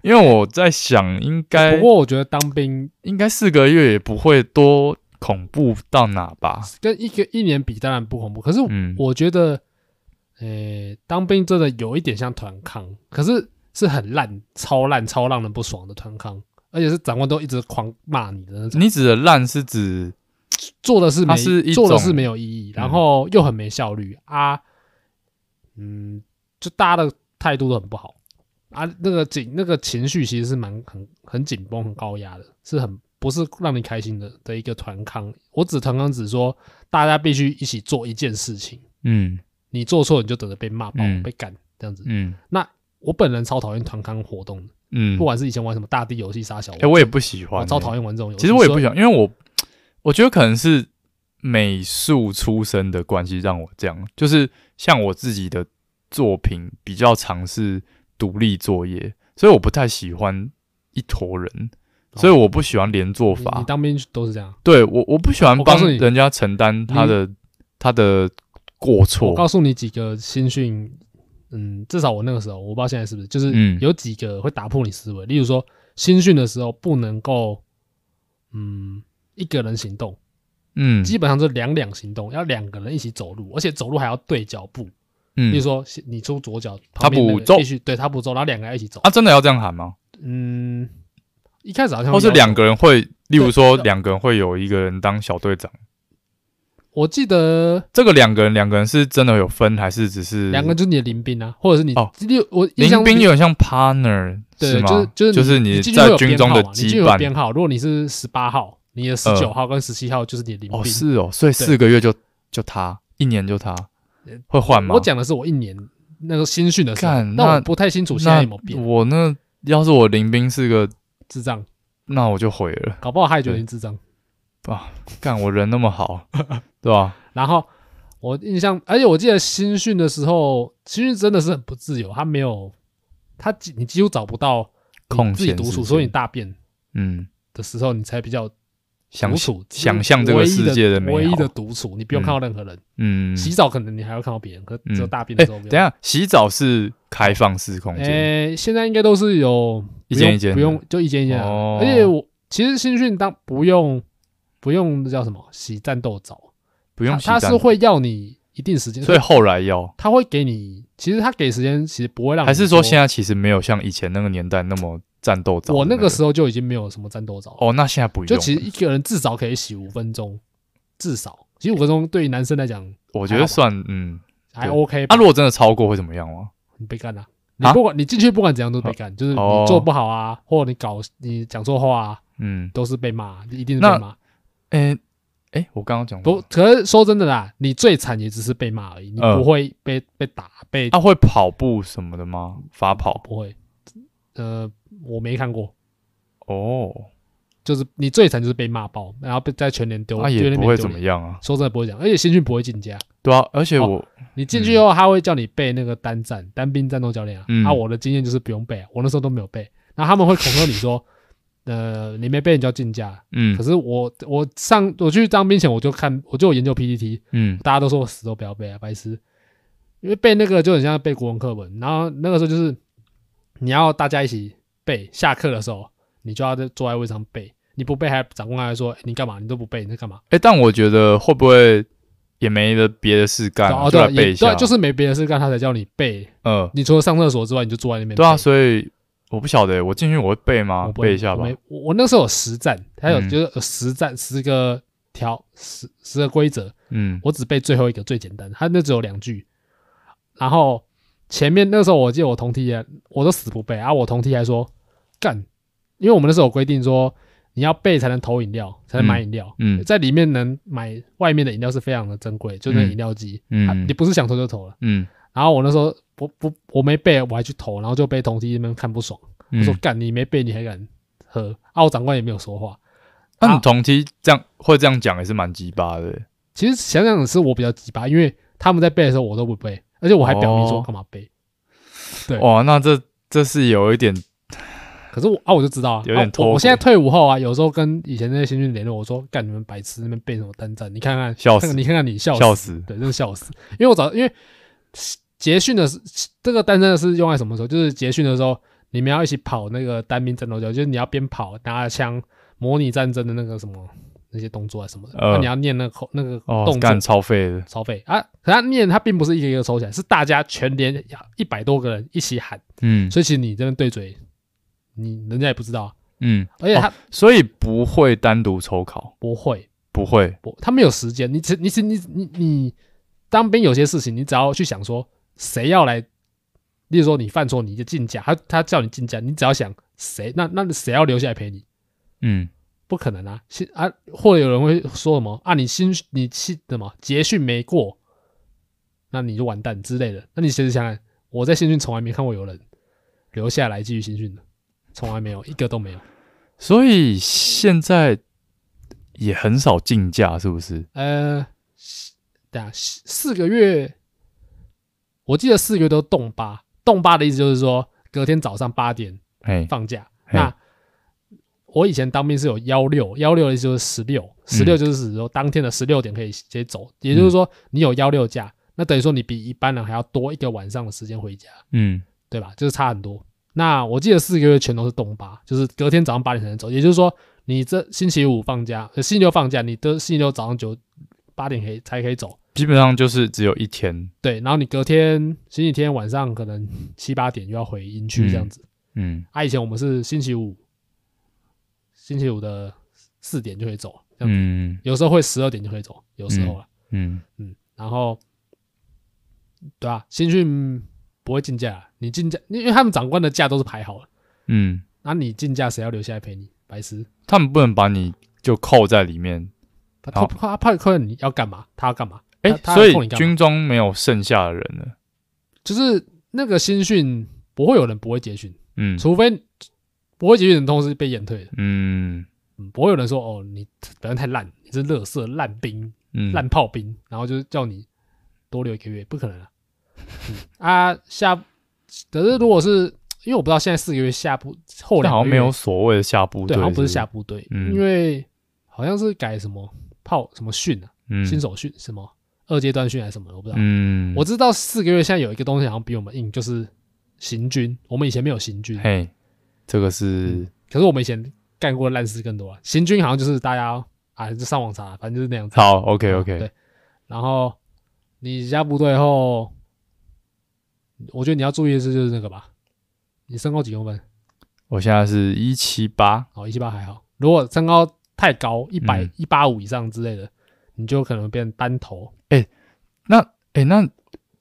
Speaker 1: 因为我在想，应该
Speaker 2: 不过我觉得当兵
Speaker 1: 应该四个月也不会多恐怖到哪吧？
Speaker 2: 跟一个一年比，当然不恐怖。可是
Speaker 1: 嗯
Speaker 2: 我觉得，诶、当兵真的有一点像团康，可是是很烂、超烂、超让人不爽的团康，而且是长官都一直狂骂你的那种，
Speaker 1: 你指的烂是指
Speaker 2: 做的是没
Speaker 1: 它是一
Speaker 2: 做的
Speaker 1: 种
Speaker 2: 是没有意义，然
Speaker 1: 嗯
Speaker 2: 后又很没效率啊，嗯，就大家的态度都很不好啊，那个紧那个情绪其实是蛮很很紧绷、很高压的，是很不是让你开心的的一个团康。我指团康只说大家必须一起做一件事情。
Speaker 1: 嗯
Speaker 2: 你做错你就等着被骂爆、
Speaker 1: 嗯
Speaker 2: 被干这样子。
Speaker 1: 嗯
Speaker 2: 我本人超讨厌团康活动的，
Speaker 1: 嗯
Speaker 2: 不？管是以前玩什么大地游戏、杀小
Speaker 1: 哎、
Speaker 2: 王，
Speaker 1: 我也不喜欢、
Speaker 2: 我超讨厌玩这种游戏。
Speaker 1: 其实我也不
Speaker 2: 所以
Speaker 1: 想，因为我我觉得可能是美术出身的关系让我这样，就是像我自己的作品比较尝试独立作业，所以我不太喜欢一坨人，
Speaker 2: 哦
Speaker 1: 所以我不喜欢连做
Speaker 2: 你
Speaker 1: 法。
Speaker 2: 你当兵都是这样。
Speaker 1: 对我我不喜欢
Speaker 2: 我告
Speaker 1: 帮
Speaker 2: 诉你
Speaker 1: 人家承担他的他的过
Speaker 2: 我告
Speaker 1: 错。
Speaker 2: 诉你几个新训，嗯，至少我那个时候，我不知道现在是不是，就是
Speaker 1: 嗯
Speaker 2: 有几个会打破你思维。例如说，新训的时候不能够，嗯，一个人行动，
Speaker 1: 嗯
Speaker 2: 基本上是两两行动，要两个人一起走路，而且走路还要对脚步。例如
Speaker 1: 嗯，
Speaker 2: 说，你出左脚，
Speaker 1: 他
Speaker 2: 旁边那
Speaker 1: 补
Speaker 2: 个
Speaker 1: 奏
Speaker 2: 必须对他不走，然后两个人一起走。
Speaker 1: 啊，真的要这样喊吗？
Speaker 2: 嗯，一开始好像
Speaker 1: 或是
Speaker 2: 要
Speaker 1: 两个人会，例如说
Speaker 2: 对
Speaker 1: 两个人会有一个人当小队长。
Speaker 2: 我记得
Speaker 1: 这个两个人，两个人是真的有分，还是只是
Speaker 2: 两个就是你的临兵啊，或者是你
Speaker 1: 哦
Speaker 2: 六我印象
Speaker 1: 林
Speaker 2: 中
Speaker 1: 兵有点像 partner
Speaker 2: 对，
Speaker 1: 吗？
Speaker 2: 就
Speaker 1: 就
Speaker 2: 是就是你进去会
Speaker 1: 在
Speaker 2: 有
Speaker 1: 军
Speaker 2: 编
Speaker 1: 中
Speaker 2: 号
Speaker 1: 的
Speaker 2: 嘛你进去
Speaker 1: 羁
Speaker 2: 有编
Speaker 1: 绊
Speaker 2: 号，如果你是十八号，你的十九
Speaker 1: 嗯
Speaker 2: 号跟十七号就是你的临
Speaker 1: 哦，
Speaker 2: 兵。
Speaker 1: 是哦，所以四个月就就他，一年就他
Speaker 2: 呃
Speaker 1: 会换吗？
Speaker 2: 我讲的是我一年那个新训的时候
Speaker 1: 干，
Speaker 2: 但
Speaker 1: 那
Speaker 2: 我不太清楚现在有没有
Speaker 1: 那
Speaker 2: 变。
Speaker 1: 我那要是我林兵是个，
Speaker 2: 智障，
Speaker 1: 那我就毁了。
Speaker 2: 搞不好他也觉得你智障。
Speaker 1: 干我人那么 好，对吧、
Speaker 2: 然后我印象，而且我记得新训的时候，新训真的是很不自由，他没有他几你几乎找不到你
Speaker 1: 空
Speaker 2: 自己
Speaker 1: 闲
Speaker 2: 独
Speaker 1: 时
Speaker 2: 处，所以
Speaker 1: 间
Speaker 2: 你大便
Speaker 1: 嗯，
Speaker 2: 的时候你才比较
Speaker 1: 想
Speaker 2: 独处，
Speaker 1: 想象这个
Speaker 2: 唯一
Speaker 1: 世界的美好
Speaker 2: 唯一的独处，你不用看到任何人。
Speaker 1: 嗯，
Speaker 2: 洗澡可能你还要看到别人，可
Speaker 1: 嗯
Speaker 2: 只有大便
Speaker 1: 哎、
Speaker 2: 的时候没有。
Speaker 1: 等一下，洗澡是开放式空间、
Speaker 2: 哎，现在应该都是有
Speaker 1: 一
Speaker 2: 不用
Speaker 1: 间一间的
Speaker 2: 不用就一间一间的。
Speaker 1: 哦
Speaker 2: 而且我其实新训当不用不用那叫什么洗战斗澡，
Speaker 1: 不用洗
Speaker 2: 他
Speaker 1: 澡
Speaker 2: 是，会要你一定时间，
Speaker 1: 所以后来要。
Speaker 2: 他会给你，其实他给时间其实不会让你
Speaker 1: 还是说
Speaker 2: 说
Speaker 1: 现在其实没有像以前那个年代那么战斗澡的、
Speaker 2: 我那
Speaker 1: 那
Speaker 2: 个时候就已经没有什么战斗澡了，
Speaker 1: 哦，那现在不用了。
Speaker 2: 就其实一个人至少可以洗五分钟，至少其实五分钟对于男生来讲
Speaker 1: 我觉得算嗯，
Speaker 2: 还
Speaker 1: 对
Speaker 2: OK 吧。
Speaker 1: 啊，如果真的超过会怎么样吗？
Speaker 2: 你被干了、你
Speaker 1: 啊
Speaker 2: 不管你进去不管怎样都被干，就是
Speaker 1: 哦
Speaker 2: 你做不好啊，或者你搞你讲错话啊，
Speaker 1: 嗯，
Speaker 2: 都是被骂，一定是
Speaker 1: 那
Speaker 2: 被骂。
Speaker 1: 诶、诶、我刚刚讲
Speaker 2: 不
Speaker 1: 过，，
Speaker 2: 可是说真的啦，你最惨也只是被骂而已，你
Speaker 1: 嗯啊
Speaker 2: 不会被、被打被、
Speaker 1: 他、会跑步什么的吗？法跑
Speaker 2: 不会。呃，我没看过，
Speaker 1: 哦，
Speaker 2: 就是你最惨就是被骂爆，然后被在全年丢，
Speaker 1: 他
Speaker 2: 全
Speaker 1: 啊也
Speaker 2: 联
Speaker 1: 不
Speaker 2: 被
Speaker 1: 会
Speaker 2: 丢
Speaker 1: 怎么
Speaker 2: 脸。
Speaker 1: 样啊。
Speaker 2: 说真的不会讲，而且新训不会进家，
Speaker 1: 对啊，而且
Speaker 2: 哦
Speaker 1: 我、
Speaker 2: 你进去以后他会叫你背那个单战、单兵战斗教练啊。
Speaker 1: 嗯
Speaker 2: 啊，我的经验就是不用背、啊，我那时候都没有背。然后他们会恐吓你说， 呃，你没背你就要进家，
Speaker 1: 嗯
Speaker 2: 可是我我上我去当兵前我就看我就有研究 PPT，
Speaker 1: 嗯
Speaker 2: 大家都说我死都不要背啊，白痴，因为背那个就很像背国文课文。然后那个时候就是你要大家一起背，下课的时候你就要在坐在位上背，你不背还长官还说、欸你干嘛？你都不背，你在干嘛？
Speaker 1: 诶、但我觉得会不会也没了别的事干、
Speaker 2: 哦，
Speaker 1: 就
Speaker 2: 对啊，
Speaker 1: 来
Speaker 2: 也
Speaker 1: 背一下，
Speaker 2: 对啊，就是没别的事干，他才叫你背。
Speaker 1: 嗯、
Speaker 2: 你除了上厕所之外，你就坐在那边背。
Speaker 1: 对啊，所以我不晓得，我进去我会背吗
Speaker 2: 我？不会
Speaker 1: 背一下
Speaker 2: 我
Speaker 1: 吧
Speaker 2: 没。我我那时候有实战，它有
Speaker 1: 嗯
Speaker 2: 就是有实战十个条十十个规则，
Speaker 1: 嗯
Speaker 2: 我只背最后一个最简单，它那只有两句。然后前面那时候我记得我同梯也我都死不背啊，我同梯还说干，因为我们那时候有规定说你要背才能投饮料，才能买饮料。
Speaker 1: 嗯
Speaker 2: 在里面能买外面的饮料是非常的珍贵，就那个饮料机，啊
Speaker 1: 嗯
Speaker 2: 你不是想投就投了。
Speaker 1: 嗯
Speaker 2: 然后我那时候不不我没背，我还去投，然后就被同梯们看不爽，我说
Speaker 1: 嗯。
Speaker 2: 干你没背你还敢喝啊！我长官也没有说话。
Speaker 1: 那
Speaker 2: 啊
Speaker 1: 你同期这样会这样讲也是蛮鸡巴的。欸
Speaker 2: 其实想想是我比较鸡巴，因为他们在背的时候我都不背，而且我还表明说
Speaker 1: 哦
Speaker 2: 干嘛背。对
Speaker 1: 哇，那这这是有一点，
Speaker 2: 可是我啊，我就知道啊，
Speaker 1: 有点
Speaker 2: 啊
Speaker 1: 脱
Speaker 2: 我
Speaker 1: 轨
Speaker 2: 我现在退伍后啊，有时候跟以前那些新军联络，我说干你们白痴那边背什么单战，你看看
Speaker 1: 笑死
Speaker 2: 看你看看你笑
Speaker 1: 笑死
Speaker 2: 对，真的笑死，因为我早因为结训的是这个单战是用在什么时候？就是结训的时候，你们要一起跑那个单兵战斗教，就是你要边跑拿着枪模拟战争的那个什么那些动作啊什么的，
Speaker 1: 呃
Speaker 2: 啊你要念那个口那个
Speaker 1: 哦
Speaker 2: 动，作
Speaker 1: 干超废的。
Speaker 2: 超费啊！可他念他并不是一个一个抽起来，是大家全连一百多个人一起喊，
Speaker 1: 嗯
Speaker 2: 所以其实你这边对嘴，你人家也不知道啊，
Speaker 1: 嗯，
Speaker 2: 而且他
Speaker 1: 所以不会单独抽考，
Speaker 2: 不会，
Speaker 1: 不会。
Speaker 2: 不他没有时间，你只你只你你你当兵有些事情，你只要去想说谁要来，例如说你犯错你就进甲，他他叫你进甲，你只要想谁那那谁要留下来陪你，
Speaker 1: 嗯
Speaker 2: 不可能啊！新啊，或者有人会说什么啊，你新你新什么结训没过，那你就完蛋之类的。那你其实想想，我在新训从来没看过有人留下来继续新训的，从来没有一个都没有。
Speaker 1: 所以现在也很少竞价，是不是？
Speaker 2: 呃，等下四四个月，我记得四个月都动八，动八的意思就是说隔天早上八点
Speaker 1: 哎，
Speaker 2: 放假。
Speaker 1: 嘿
Speaker 2: 那我以前当兵是有幺六，幺六的意思就是十六，十六就是指说当天的十六点可以直接走，也就是说你有幺六假，那等于说你比一般人还要多一个晚上的时间回家，
Speaker 1: 嗯
Speaker 2: 对吧？就是差很多。那我记得四个月全都是东八，就是隔天早上八点才能走，也就是说你这星期五放假，呃星期六放假，你的星期六早上九八点可以才可以走，
Speaker 1: 基本上就是只有一天。
Speaker 2: 对，然后你隔天星期天晚上可能七八点又要回营区这样
Speaker 1: 嗯
Speaker 2: 子。
Speaker 1: 嗯
Speaker 2: 啊，以前我们是星期五，星期五的四点就可以走，这样子，
Speaker 1: 嗯
Speaker 2: 有时候会十二点就可以走，有时候了，
Speaker 1: 嗯
Speaker 2: 嗯然后，对啊，新训不会竞价，你竞价，因为他们长官的假都是排好了，
Speaker 1: 嗯，
Speaker 2: 那、你竞价谁要留下来陪你？白痴，
Speaker 1: 他们不能把你就扣在里面。
Speaker 2: 他
Speaker 1: 好
Speaker 2: 他他怕客你要干嘛？他要干嘛？
Speaker 1: 哎
Speaker 2: 他，他
Speaker 1: 所以
Speaker 2: 扣你干嘛
Speaker 1: 军中没有剩下的人了。
Speaker 2: 就是那个新训不会有人不会结训，
Speaker 1: 嗯
Speaker 2: 除非不会结训的人通常是被验退的，
Speaker 1: 嗯
Speaker 2: 嗯，不会有人说哦你表现太烂，你是垃圾烂兵，
Speaker 1: 嗯，
Speaker 2: 烂炮兵，然后就是叫你多留一个月，不可能啊！嗯、啊，下可是如果是因为我不知道现在四个月下部后
Speaker 1: 嗯但
Speaker 2: 两
Speaker 1: 好
Speaker 2: 个
Speaker 1: 像没
Speaker 2: 月
Speaker 1: 有所谓的下部队，
Speaker 2: 对，好像不是
Speaker 1: 是
Speaker 2: 下部队，
Speaker 1: 嗯
Speaker 2: 因为好像是改什么炮什么训啊，
Speaker 1: 嗯
Speaker 2: 新手训什么二阶段训还是什么的，我不知道。
Speaker 1: 嗯，
Speaker 2: 我知道四个月现在有一个东西好像比我们硬，就是行军。我们以前没有行军，
Speaker 1: 嘿，这个是
Speaker 2: 可是我们以前干过的烂事更多啊。行军好像就是大家啊，就上网查，反正就是那样子。
Speaker 1: 好，OK OK，
Speaker 2: 对，然后你加部队后，我觉得你要注意的是就是那个吧，你身高几公分？
Speaker 1: 我现在是一七八，
Speaker 2: 哦，一七八还好。如果身高太高，一百
Speaker 1: 嗯
Speaker 2: 一八五以上之类的，你就可能变单头。
Speaker 1: 哎，那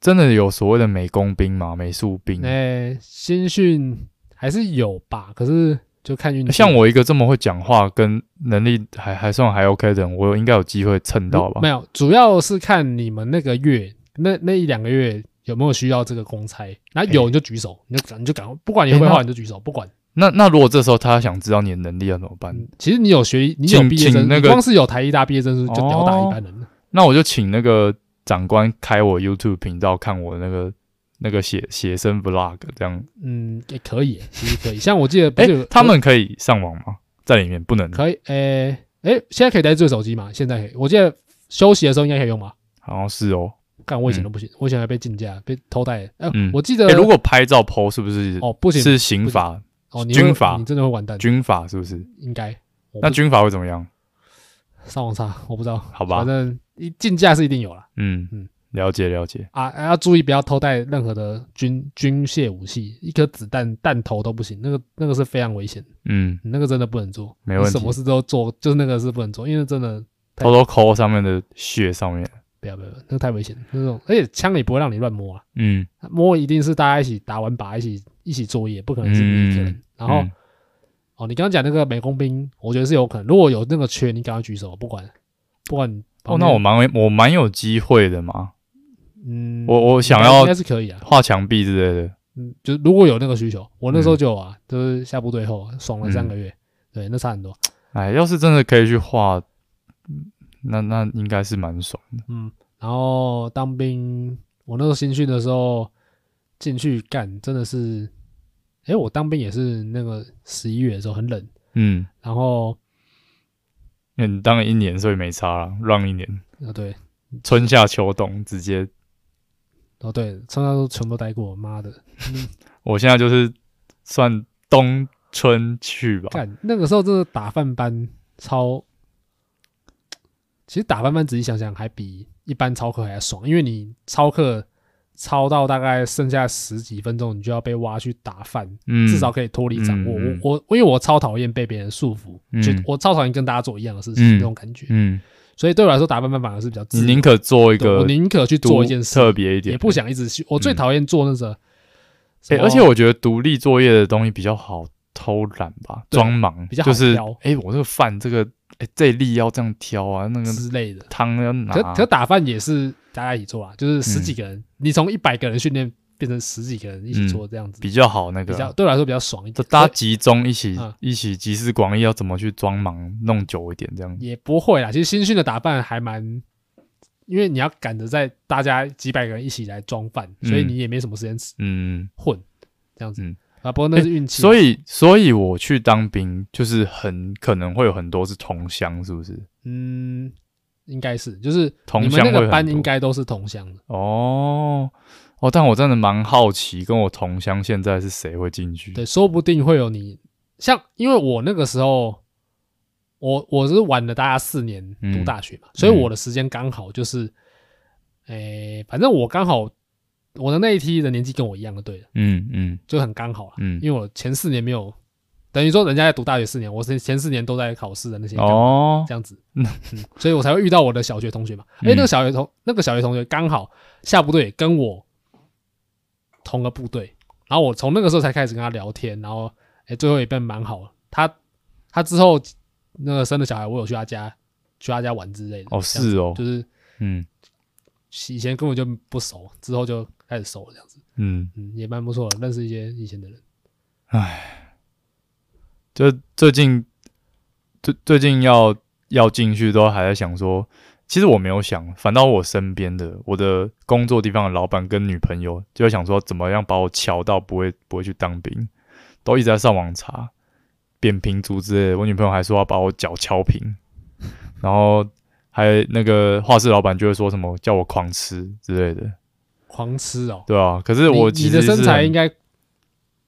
Speaker 1: 真的有所谓的美工兵吗？美术兵？
Speaker 2: 那、新训还是有吧，可是就看运气。
Speaker 1: 像我一个这么会讲话跟能力还还算还 OK 的人，我应该有机会蹭到吧
Speaker 2: 没？有，主要是看你们那个月那那一两个月有没有需要这个公差。那有你就举手，你就赶你就赶快，不管你会
Speaker 1: 哎那
Speaker 2: 画你就举手，不管。
Speaker 1: 那那如果这时候他想知道你的能力要怎么办？
Speaker 2: 嗯其实你有学历，你有
Speaker 1: 请
Speaker 2: 毕业证，
Speaker 1: 请那个
Speaker 2: 你光是有台艺大毕业证书就吊打
Speaker 1: 哦
Speaker 2: 一般人了。
Speaker 1: 那我就请那个长官开我 YouTube 频道看我那个那个写写生 vlog 这样。
Speaker 2: 嗯，也可以，其实可以。像我记得，不
Speaker 1: 哎
Speaker 2: 是有、，
Speaker 1: 他们可以上网吗？在里面不能，
Speaker 2: 可以，诶、诶、现在可以带智慧手机嘛？现在可以，我记得休息的时候应该可以用吧？
Speaker 1: 好像是哦。
Speaker 2: 干，我以前都不行，我以前还被禁驾，被偷带。呃，
Speaker 1: 嗯
Speaker 2: 我记得，
Speaker 1: 哎，如果拍照 PO 是不是？
Speaker 2: 哦不行
Speaker 1: 是刑法，
Speaker 2: 哦，你会
Speaker 1: 军法
Speaker 2: 你真的会完蛋，
Speaker 1: 军法是不是？
Speaker 2: 应该。我不
Speaker 1: 那军法会怎么样？
Speaker 2: 上网查，我不知道，
Speaker 1: 好吧
Speaker 2: 反正一禁驾是一定有了。
Speaker 1: 嗯
Speaker 2: 嗯，
Speaker 1: 了解了解，
Speaker 2: 啊，啊要注意不要偷带任何的军军械武器，一颗子弹弹头都不行，那个那个是非常危险的，
Speaker 1: 嗯，
Speaker 2: 你那个真的不能做，
Speaker 1: 没问
Speaker 2: 你什么
Speaker 1: 题。
Speaker 2: 事都做，就是那个是不能做，因为真的
Speaker 1: 偷偷抠上面的血上面，
Speaker 2: 不要不要，不要那个太危险了，那种而且枪也不会让你乱摸啊，
Speaker 1: 嗯，
Speaker 2: 摸一定是大家一起打完靶，一起一起作业，不可能是你一个人。
Speaker 1: 嗯
Speaker 2: 然后、
Speaker 1: 嗯
Speaker 2: 哦，你刚刚讲那个美工兵，我觉得是有可能，如果有那个缺，你赶快举手，我不管不管你
Speaker 1: 哦，
Speaker 2: 旁
Speaker 1: 那
Speaker 2: 边
Speaker 1: 我蛮我蛮有机会的嘛，
Speaker 2: 嗯，
Speaker 1: 我我想
Speaker 2: 应该
Speaker 1: 要
Speaker 2: 应该是可以啊，
Speaker 1: 画墙壁之类的，
Speaker 2: 嗯，就是如果有那个需求，我那
Speaker 1: 嗯
Speaker 2: 时候就有啊，就是下部队后啊爽了三个月，对，那差很多。
Speaker 1: 哎，要是真的可以去画，嗯那那应该是蛮爽的，
Speaker 2: 嗯，然后当兵，我那时候新训的时候进去干，真的是，诶，我当兵也是那个十一月的时候很冷，
Speaker 1: 嗯，
Speaker 2: 然后
Speaker 1: 因为你当了一年，所以没差了，让一年，
Speaker 2: 呃对，
Speaker 1: 春夏秋冬直接，
Speaker 2: 哦对，从那都全部待过，妈的，
Speaker 1: 我现在就是算冬春去吧，
Speaker 2: 干那个时候真的打饭班超，其实打饭班仔细想想还比一般操课还要爽，因为你操课操到大概剩下十几分钟，你就要被挖去打饭，
Speaker 1: 嗯，
Speaker 2: 至少可以脱离掌握。
Speaker 1: 嗯嗯
Speaker 2: 我我因为我超讨厌被别人束缚，
Speaker 1: 嗯
Speaker 2: 就我超讨厌跟大家做一样的事
Speaker 1: 嗯
Speaker 2: 情那种感觉，
Speaker 1: 嗯，
Speaker 2: 所以对我来说打饭班反而是比较
Speaker 1: 你
Speaker 2: 自由
Speaker 1: 宁可做一
Speaker 2: 的，我
Speaker 1: 个
Speaker 2: 宁可去
Speaker 1: 独
Speaker 2: 做一件事，
Speaker 1: 特别一点，
Speaker 2: 也不想一直去。我最
Speaker 1: 嗯
Speaker 2: 讨厌做那种什
Speaker 1: 欸
Speaker 2: 么，
Speaker 1: 而且我觉得独立作业的东西比较好偷懒吧，
Speaker 2: 对
Speaker 1: 装忙
Speaker 2: 比较好
Speaker 1: 就是
Speaker 2: 挑
Speaker 1: 哎、欸我这个饭这个哎、欸这一粒要这样挑啊，那个
Speaker 2: 之类的。
Speaker 1: 汤要拿
Speaker 2: 可，可打饭也是大家一起做啊，就是
Speaker 1: 嗯
Speaker 2: 十几个人，你从一百个人训练变成十几个人一起做这样子，
Speaker 1: 嗯比较好那个
Speaker 2: 比
Speaker 1: 啊、
Speaker 2: 较对我来说比较爽一
Speaker 1: 就
Speaker 2: 点。
Speaker 1: 大家
Speaker 2: 所
Speaker 1: 集中一起、
Speaker 2: 嗯
Speaker 1: 一起集思广益，要怎么去装忙弄久一点这样
Speaker 2: 以。也不会啦，其实新训的打饭还蛮，因为你要赶着在大家几百个人一起来装饭，
Speaker 1: 嗯
Speaker 2: 所以你也没什么时间吃
Speaker 1: 嗯，
Speaker 2: 混这样子、
Speaker 1: 嗯
Speaker 2: 啊。不过那是运气啊、
Speaker 1: 所以所以我去当兵，就是很可能会有很多是同乡，是不是？
Speaker 2: 嗯，应该是就是
Speaker 1: 同
Speaker 2: 你们
Speaker 1: 乡
Speaker 2: 那
Speaker 1: 会
Speaker 2: 个
Speaker 1: 很
Speaker 2: 班
Speaker 1: 多
Speaker 2: 应该都是同乡的，
Speaker 1: 哦哦，但我真的蛮好奇，跟我同乡现在是谁会进去？
Speaker 2: 对，说不定会有你像，因为我那个时候，我我是晚了大家四年
Speaker 1: 嗯
Speaker 2: 读大学嘛，所以我的时间刚好就是，诶、反正我刚好我的那一批的年纪跟我一样的，对了，
Speaker 1: 嗯嗯
Speaker 2: 就很刚好了，
Speaker 1: 嗯，
Speaker 2: 因为我前四年没有，等于说人家在读大学四年，我是前四年都在考试的那些，
Speaker 1: 哦，
Speaker 2: 这样子，
Speaker 1: 嗯
Speaker 2: 嗯，所以我才会遇到我的小学同学嘛，
Speaker 1: 嗯
Speaker 2: 哎，那个小学同那个小学同学刚好下部队跟我同个部队，然后我从那个时候才开始跟他聊天，然后哎、诶最后也变蛮好了。他他之后那个生了小孩，我有去他家去他家玩之类的。
Speaker 1: 哦，
Speaker 2: 这样子
Speaker 1: 是哦，
Speaker 2: 就是
Speaker 1: 嗯
Speaker 2: 以前根本就不熟，之后就开始熟了这样子，
Speaker 1: 嗯，
Speaker 2: 嗯，也蛮不错的，认识一些以前的人。
Speaker 1: 就最近最最近要要进去都还在想说，其实我没有想，反倒我身边的我的工作地方的老板跟女朋友就在想说，怎么样把我瞧到不会不会去当兵，都一直在上网查扁平足之类的。我女朋友还说要把我脚敲平，然后还那个画室老板就会说什么叫我狂吃之类的，
Speaker 2: 狂吃哦，
Speaker 1: 对啊，可是我
Speaker 2: 你
Speaker 1: 其
Speaker 2: 你
Speaker 1: 实
Speaker 2: 的身
Speaker 1: 是
Speaker 2: 材
Speaker 1: 很
Speaker 2: 应该，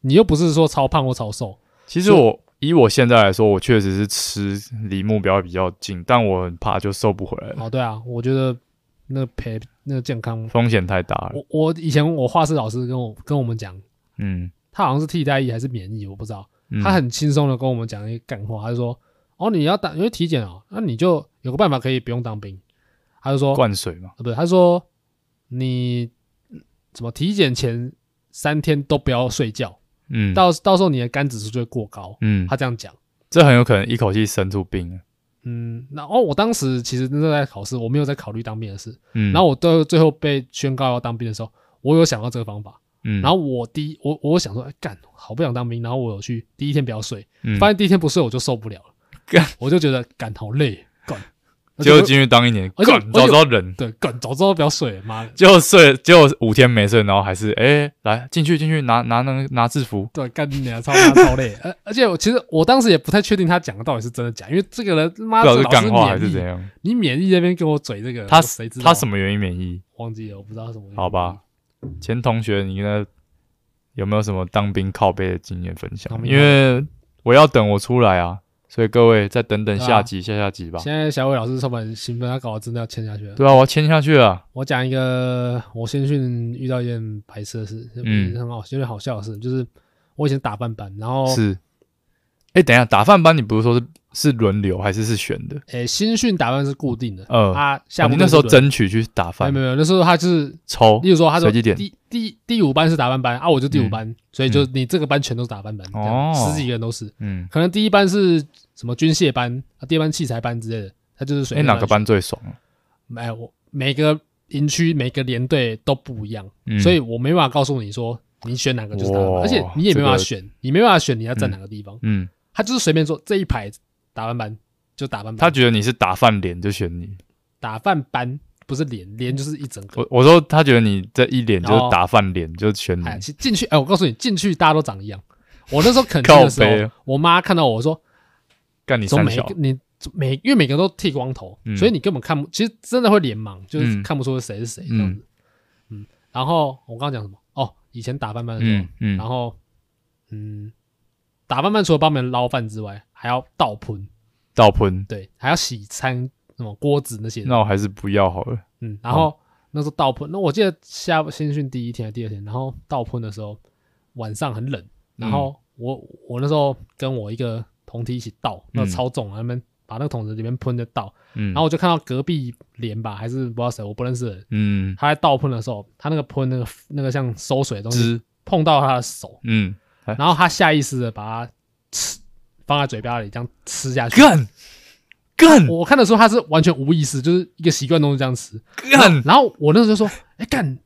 Speaker 2: 你又不是说超胖或超瘦，
Speaker 1: 其实我以我现在来说，我确实是吃离目标比较近，但我很怕就瘦不回来了，
Speaker 2: 哦，对啊，我觉得那赔那个健康
Speaker 1: 风险太大了。
Speaker 2: 我我以前我画室老师跟我跟我们讲，
Speaker 1: 嗯，
Speaker 2: 他好像是替代役还是免役，我不知道。
Speaker 1: 嗯
Speaker 2: 他很轻松的跟我们讲一个干话，他就说：“哦，你要当因为体检哦，那你就有个办法可以不用当兵。”他就说：“
Speaker 1: 灌水嘛，
Speaker 2: 呃不是，他说你怎么体检前三天都不要睡觉，
Speaker 1: 嗯，
Speaker 2: 到到时候你的肝指数就会过高。”
Speaker 1: 嗯
Speaker 2: 他，这样讲。
Speaker 1: 这很有可能一口气生出病了。
Speaker 2: 嗯，然后我当时其实真的在考试，我没有在考虑当兵的事。
Speaker 1: 嗯，
Speaker 2: 然后我到最后被宣告要当兵的时候，我有想到这个方法，
Speaker 1: 嗯，
Speaker 2: 然后我第一，我我想说，哎干，好不想当兵。然后我有去第一天不要睡，
Speaker 1: 嗯
Speaker 2: 发现第一天不睡我就受不了了，
Speaker 1: 干
Speaker 2: 我就觉得干好累，干，
Speaker 1: 结果
Speaker 2: 而且
Speaker 1: 进去当一年，
Speaker 2: 而且
Speaker 1: 干早知道忍，
Speaker 2: 对干早知道不要睡了，妈的，
Speaker 1: 结果睡，结果五天没睡，然后还是哎来进去进去拿拿那个拿制服，
Speaker 2: 对干你娘超妈超累。 而而且我其实我当时也不太确定他讲的到底是真的假，因为这个人
Speaker 1: 不
Speaker 2: 妈
Speaker 1: 知道
Speaker 2: 的
Speaker 1: 是
Speaker 2: 老
Speaker 1: 干
Speaker 2: 师
Speaker 1: 话还是怎
Speaker 2: 免疫，
Speaker 1: 样。
Speaker 2: 你免疫那边跟我嘴这个，
Speaker 1: 他
Speaker 2: 我谁知道
Speaker 1: 他什么原因免疫？
Speaker 2: 忘记了，我不知道他什么原因。
Speaker 1: 好吧，
Speaker 2: 嗯
Speaker 1: 前同学，你呢有没有什么当兵靠背的经验分享
Speaker 2: 当？兵
Speaker 1: 因为我要等我出来啊，所以各位再等等
Speaker 2: 对啊
Speaker 1: 下集、下下集吧。
Speaker 2: 现在小伟老师充满兴奋，他搞得真的要签下去了。
Speaker 1: 对啊，我要签下去了。
Speaker 2: 我讲一个我新训遇到一件白痴的事，
Speaker 1: 嗯
Speaker 2: 嗯，很好，有点好笑的事，就是我以前打饭班，然后
Speaker 1: 是，哎，等一下，打饭班你不是说是是轮流还是是选的？
Speaker 2: 诶、新训打饭是固定的，
Speaker 1: 呃
Speaker 2: 啊，下
Speaker 1: 哦
Speaker 2: 部
Speaker 1: 你
Speaker 2: 队
Speaker 1: 那时候
Speaker 2: 是轮
Speaker 1: 争取去打
Speaker 2: 没有
Speaker 1: 饭
Speaker 2: 没有没有，那时候他就是，
Speaker 1: 抽
Speaker 2: 例如说他说
Speaker 1: 随机点
Speaker 2: 第第第五班是打饭班啊，我就第五
Speaker 1: 嗯
Speaker 2: 班，所以就你这个班全都是打饭班，这样
Speaker 1: 哦
Speaker 2: 十几个人都是，
Speaker 1: 嗯，
Speaker 2: 可能第一班是什么军械班啊，第二班器材班之类的，他就是随
Speaker 1: 哎，
Speaker 2: 便
Speaker 1: 哪个
Speaker 2: 乱
Speaker 1: 班最爽啊？
Speaker 2: 选？哎，我每个营区每个连队都不一样，
Speaker 1: 嗯
Speaker 2: 所以我没办法告诉你说你选哪个就是打饭班，
Speaker 1: 哇
Speaker 2: 而且你也没办法
Speaker 1: 这个
Speaker 2: 选，你没办法选你要站哪个地方，
Speaker 1: 嗯，
Speaker 2: 他就是随便说这一排打饭班就打饭
Speaker 1: 他
Speaker 2: 班，
Speaker 1: 觉得你是打饭脸就选你。
Speaker 2: 打饭班不是连连就是一整个。
Speaker 1: 我我说他觉得你这一脸就是
Speaker 2: 哦
Speaker 1: 打饭脸就选你，
Speaker 2: 哎，其进去，哎，我告诉你，进去大家都长一样。我那时候肯定
Speaker 1: 靠
Speaker 2: 的时
Speaker 1: 北哦
Speaker 2: 候，我妈看到我说
Speaker 1: 干你：“
Speaker 2: 说
Speaker 1: 三
Speaker 2: 每一
Speaker 1: 小
Speaker 2: 个。你每，因为每个都剃光头，
Speaker 1: 嗯
Speaker 2: 所以你根本看不，其实真的会脸盲，就是
Speaker 1: 嗯
Speaker 2: 看不出谁是谁这样子。”嗯，然后我刚刚讲什么？哦，以前打饭班的时
Speaker 1: 嗯
Speaker 2: 候，
Speaker 1: 嗯
Speaker 2: 然，后嗯，打饭班除了帮别人捞饭之外，还要倒喷，
Speaker 1: 倒喷，
Speaker 2: 对，还要洗餐什么锅子那些的。
Speaker 1: 那我哦还是不要好了。
Speaker 2: 嗯，然后那时候倒喷，那我记得下新训第一天还是第二天，然后倒喷的时候晚上很冷，然后
Speaker 1: 嗯
Speaker 2: 我、我那时候跟我一个同梯一起倒，那
Speaker 1: 嗯
Speaker 2: 超重啊，他们把那个桶子里面喷的倒，
Speaker 1: 嗯，
Speaker 2: 然后我就看到隔壁连吧，还是不知道谁，我不认识的人，
Speaker 1: 嗯，
Speaker 2: 他在倒喷的时候，他那个喷那个那个像收水的东西
Speaker 1: 汁，
Speaker 2: 碰到他的手，
Speaker 1: 嗯，
Speaker 2: 然后他下意识的把它吃放在嘴巴里这样吃下去。
Speaker 1: 干干
Speaker 2: 我看的时候他是完全无意识，就是一个习惯动作这样吃。
Speaker 1: 干，
Speaker 2: 然后我那时候就说：“哎、干，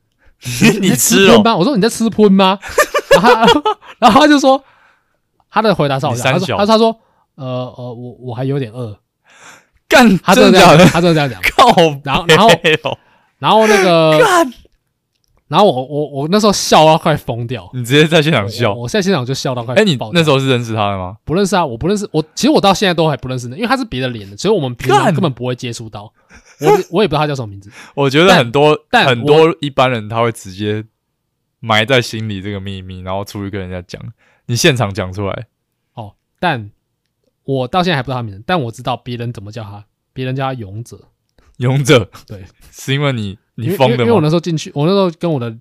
Speaker 1: 你
Speaker 2: 在
Speaker 1: 吃哦
Speaker 2: 喷
Speaker 1: 了，
Speaker 2: 吗？我说你在吃哦喷吗？ 然后他然后他就说，他的回答是好像，
Speaker 1: 你
Speaker 2: 他
Speaker 1: 三
Speaker 2: 说
Speaker 1: 小
Speaker 2: 他说他说呃呃，我我还有点饿，
Speaker 1: 干，
Speaker 2: 他
Speaker 1: 真
Speaker 2: 真
Speaker 1: 的假
Speaker 2: 的这
Speaker 1: 的
Speaker 2: 样，？他真的这样讲。
Speaker 1: 靠北哦，
Speaker 2: 然后然后然后那 个，
Speaker 1: 干，
Speaker 2: 然后我我我那时候笑到快疯掉，
Speaker 1: 你直接在现场笑
Speaker 2: 我。我在现场就笑到快。
Speaker 1: 哎，你
Speaker 2: 爆炸
Speaker 1: 那时候是认识他的吗？
Speaker 2: 不认识啊？我不认识，我其实我到现在都还不认识呢，因为他是别的脸的，所以我们平常
Speaker 1: 干
Speaker 2: 根本不会接触到。我我也不知道他叫什么名字，
Speaker 1: 我觉得
Speaker 2: 但
Speaker 1: 很多
Speaker 2: 但
Speaker 1: 很多一般人他会直接埋在心里这个秘密，然后出去跟人家讲。你现场讲出来，
Speaker 2: 哦，但我到现在还不知道他名字，但我知道别人怎么叫他，别人叫他勇者。
Speaker 1: 勇者
Speaker 2: 对，
Speaker 1: 是因为你你
Speaker 2: 因为
Speaker 1: 疯
Speaker 2: 因为
Speaker 1: 的
Speaker 2: 因为我
Speaker 1: 吗？
Speaker 2: 那时候进去，我那时候跟我的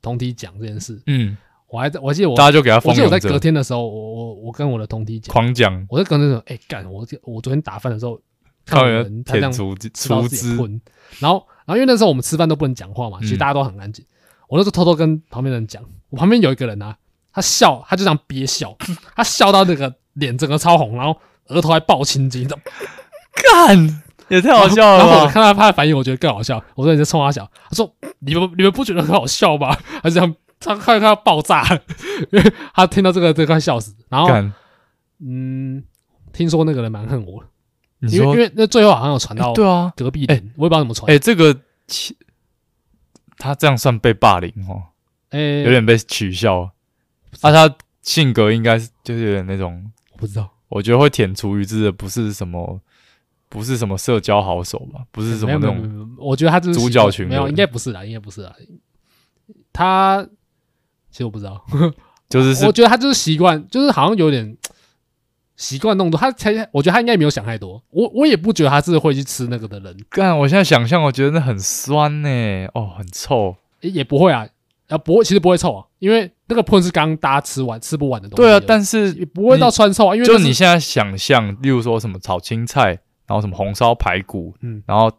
Speaker 2: 同梯讲这件事，
Speaker 1: 嗯，
Speaker 2: 我还在我记得我
Speaker 1: 大家就给他
Speaker 2: 我
Speaker 1: 疯
Speaker 2: 记得我
Speaker 1: 勇
Speaker 2: 在隔
Speaker 1: 者，
Speaker 2: 天的时候，我我我跟我的同梯讲，
Speaker 1: 狂讲，
Speaker 2: 我在隔天的时候，哎、干，我这我昨天打饭的时候看
Speaker 1: 靠
Speaker 2: 到有
Speaker 1: 人
Speaker 2: 人他这
Speaker 1: 舔
Speaker 2: 样
Speaker 1: 竹
Speaker 2: 吃到
Speaker 1: 竹
Speaker 2: 自己
Speaker 1: 枝，
Speaker 2: 喷，然后然后因为那时候我们吃饭都不能讲话嘛，其实
Speaker 1: 嗯
Speaker 2: 大家都很安静，我那时候偷偷跟旁边的人讲，我旁边有一个人啊，他笑，他就想憋笑， 他笑到那个脸整个超红，然后额头还爆青筋，你知道吗
Speaker 1: 干，也太好笑
Speaker 2: 然后
Speaker 1: 了
Speaker 2: 我
Speaker 1: 吧！
Speaker 2: 看到他的反应，我觉得更好笑。我说你在冲他笑，他说你们你们不觉得很好笑吗？他这样，他快快要爆炸，因为 他听到这个这快笑死。然后
Speaker 1: 干，
Speaker 2: 嗯，听说那个人蛮恨我的，
Speaker 1: 你
Speaker 2: 因为
Speaker 1: 说
Speaker 2: 因为那最后好像有传
Speaker 1: 哎
Speaker 2: 到
Speaker 1: 对啊，
Speaker 2: 隔壁人，我也不知道怎么传
Speaker 1: 哎、，这个其他这样算被霸凌哦，
Speaker 2: 哎，
Speaker 1: 有点被取笑。
Speaker 2: 知
Speaker 1: 啊，他性格应该是就是有点那种，
Speaker 2: 我不知道，
Speaker 1: 我觉得会舔厨余汁的，不是什么，不是什么社交好手吧，不是什
Speaker 2: 没
Speaker 1: 么那
Speaker 2: 有没有没
Speaker 1: 种，
Speaker 2: 有，没有我觉得他就是
Speaker 1: 主角群的
Speaker 2: 没有，应该不是啦，应该不是啦，他其实我不知道，
Speaker 1: 就是是
Speaker 2: 我觉得他就是习惯，就是好像有点习惯弄多。他才，我觉得他应该没有想太多。我我也不觉得他是会去吃那个的人，
Speaker 1: 干。我现在想象，我觉得那很酸呢、哦，很臭。
Speaker 2: 诶也不会啊，啊不会，其实不会臭啊，因为那个喷是刚大家吃完吃不完的东西。
Speaker 1: 对啊，但是
Speaker 2: 也不会到酸臭啊，因为
Speaker 1: 就
Speaker 2: 那是
Speaker 1: 你现在想象，例如说什么炒青菜，然后什么红烧排骨，
Speaker 2: 嗯
Speaker 1: 然后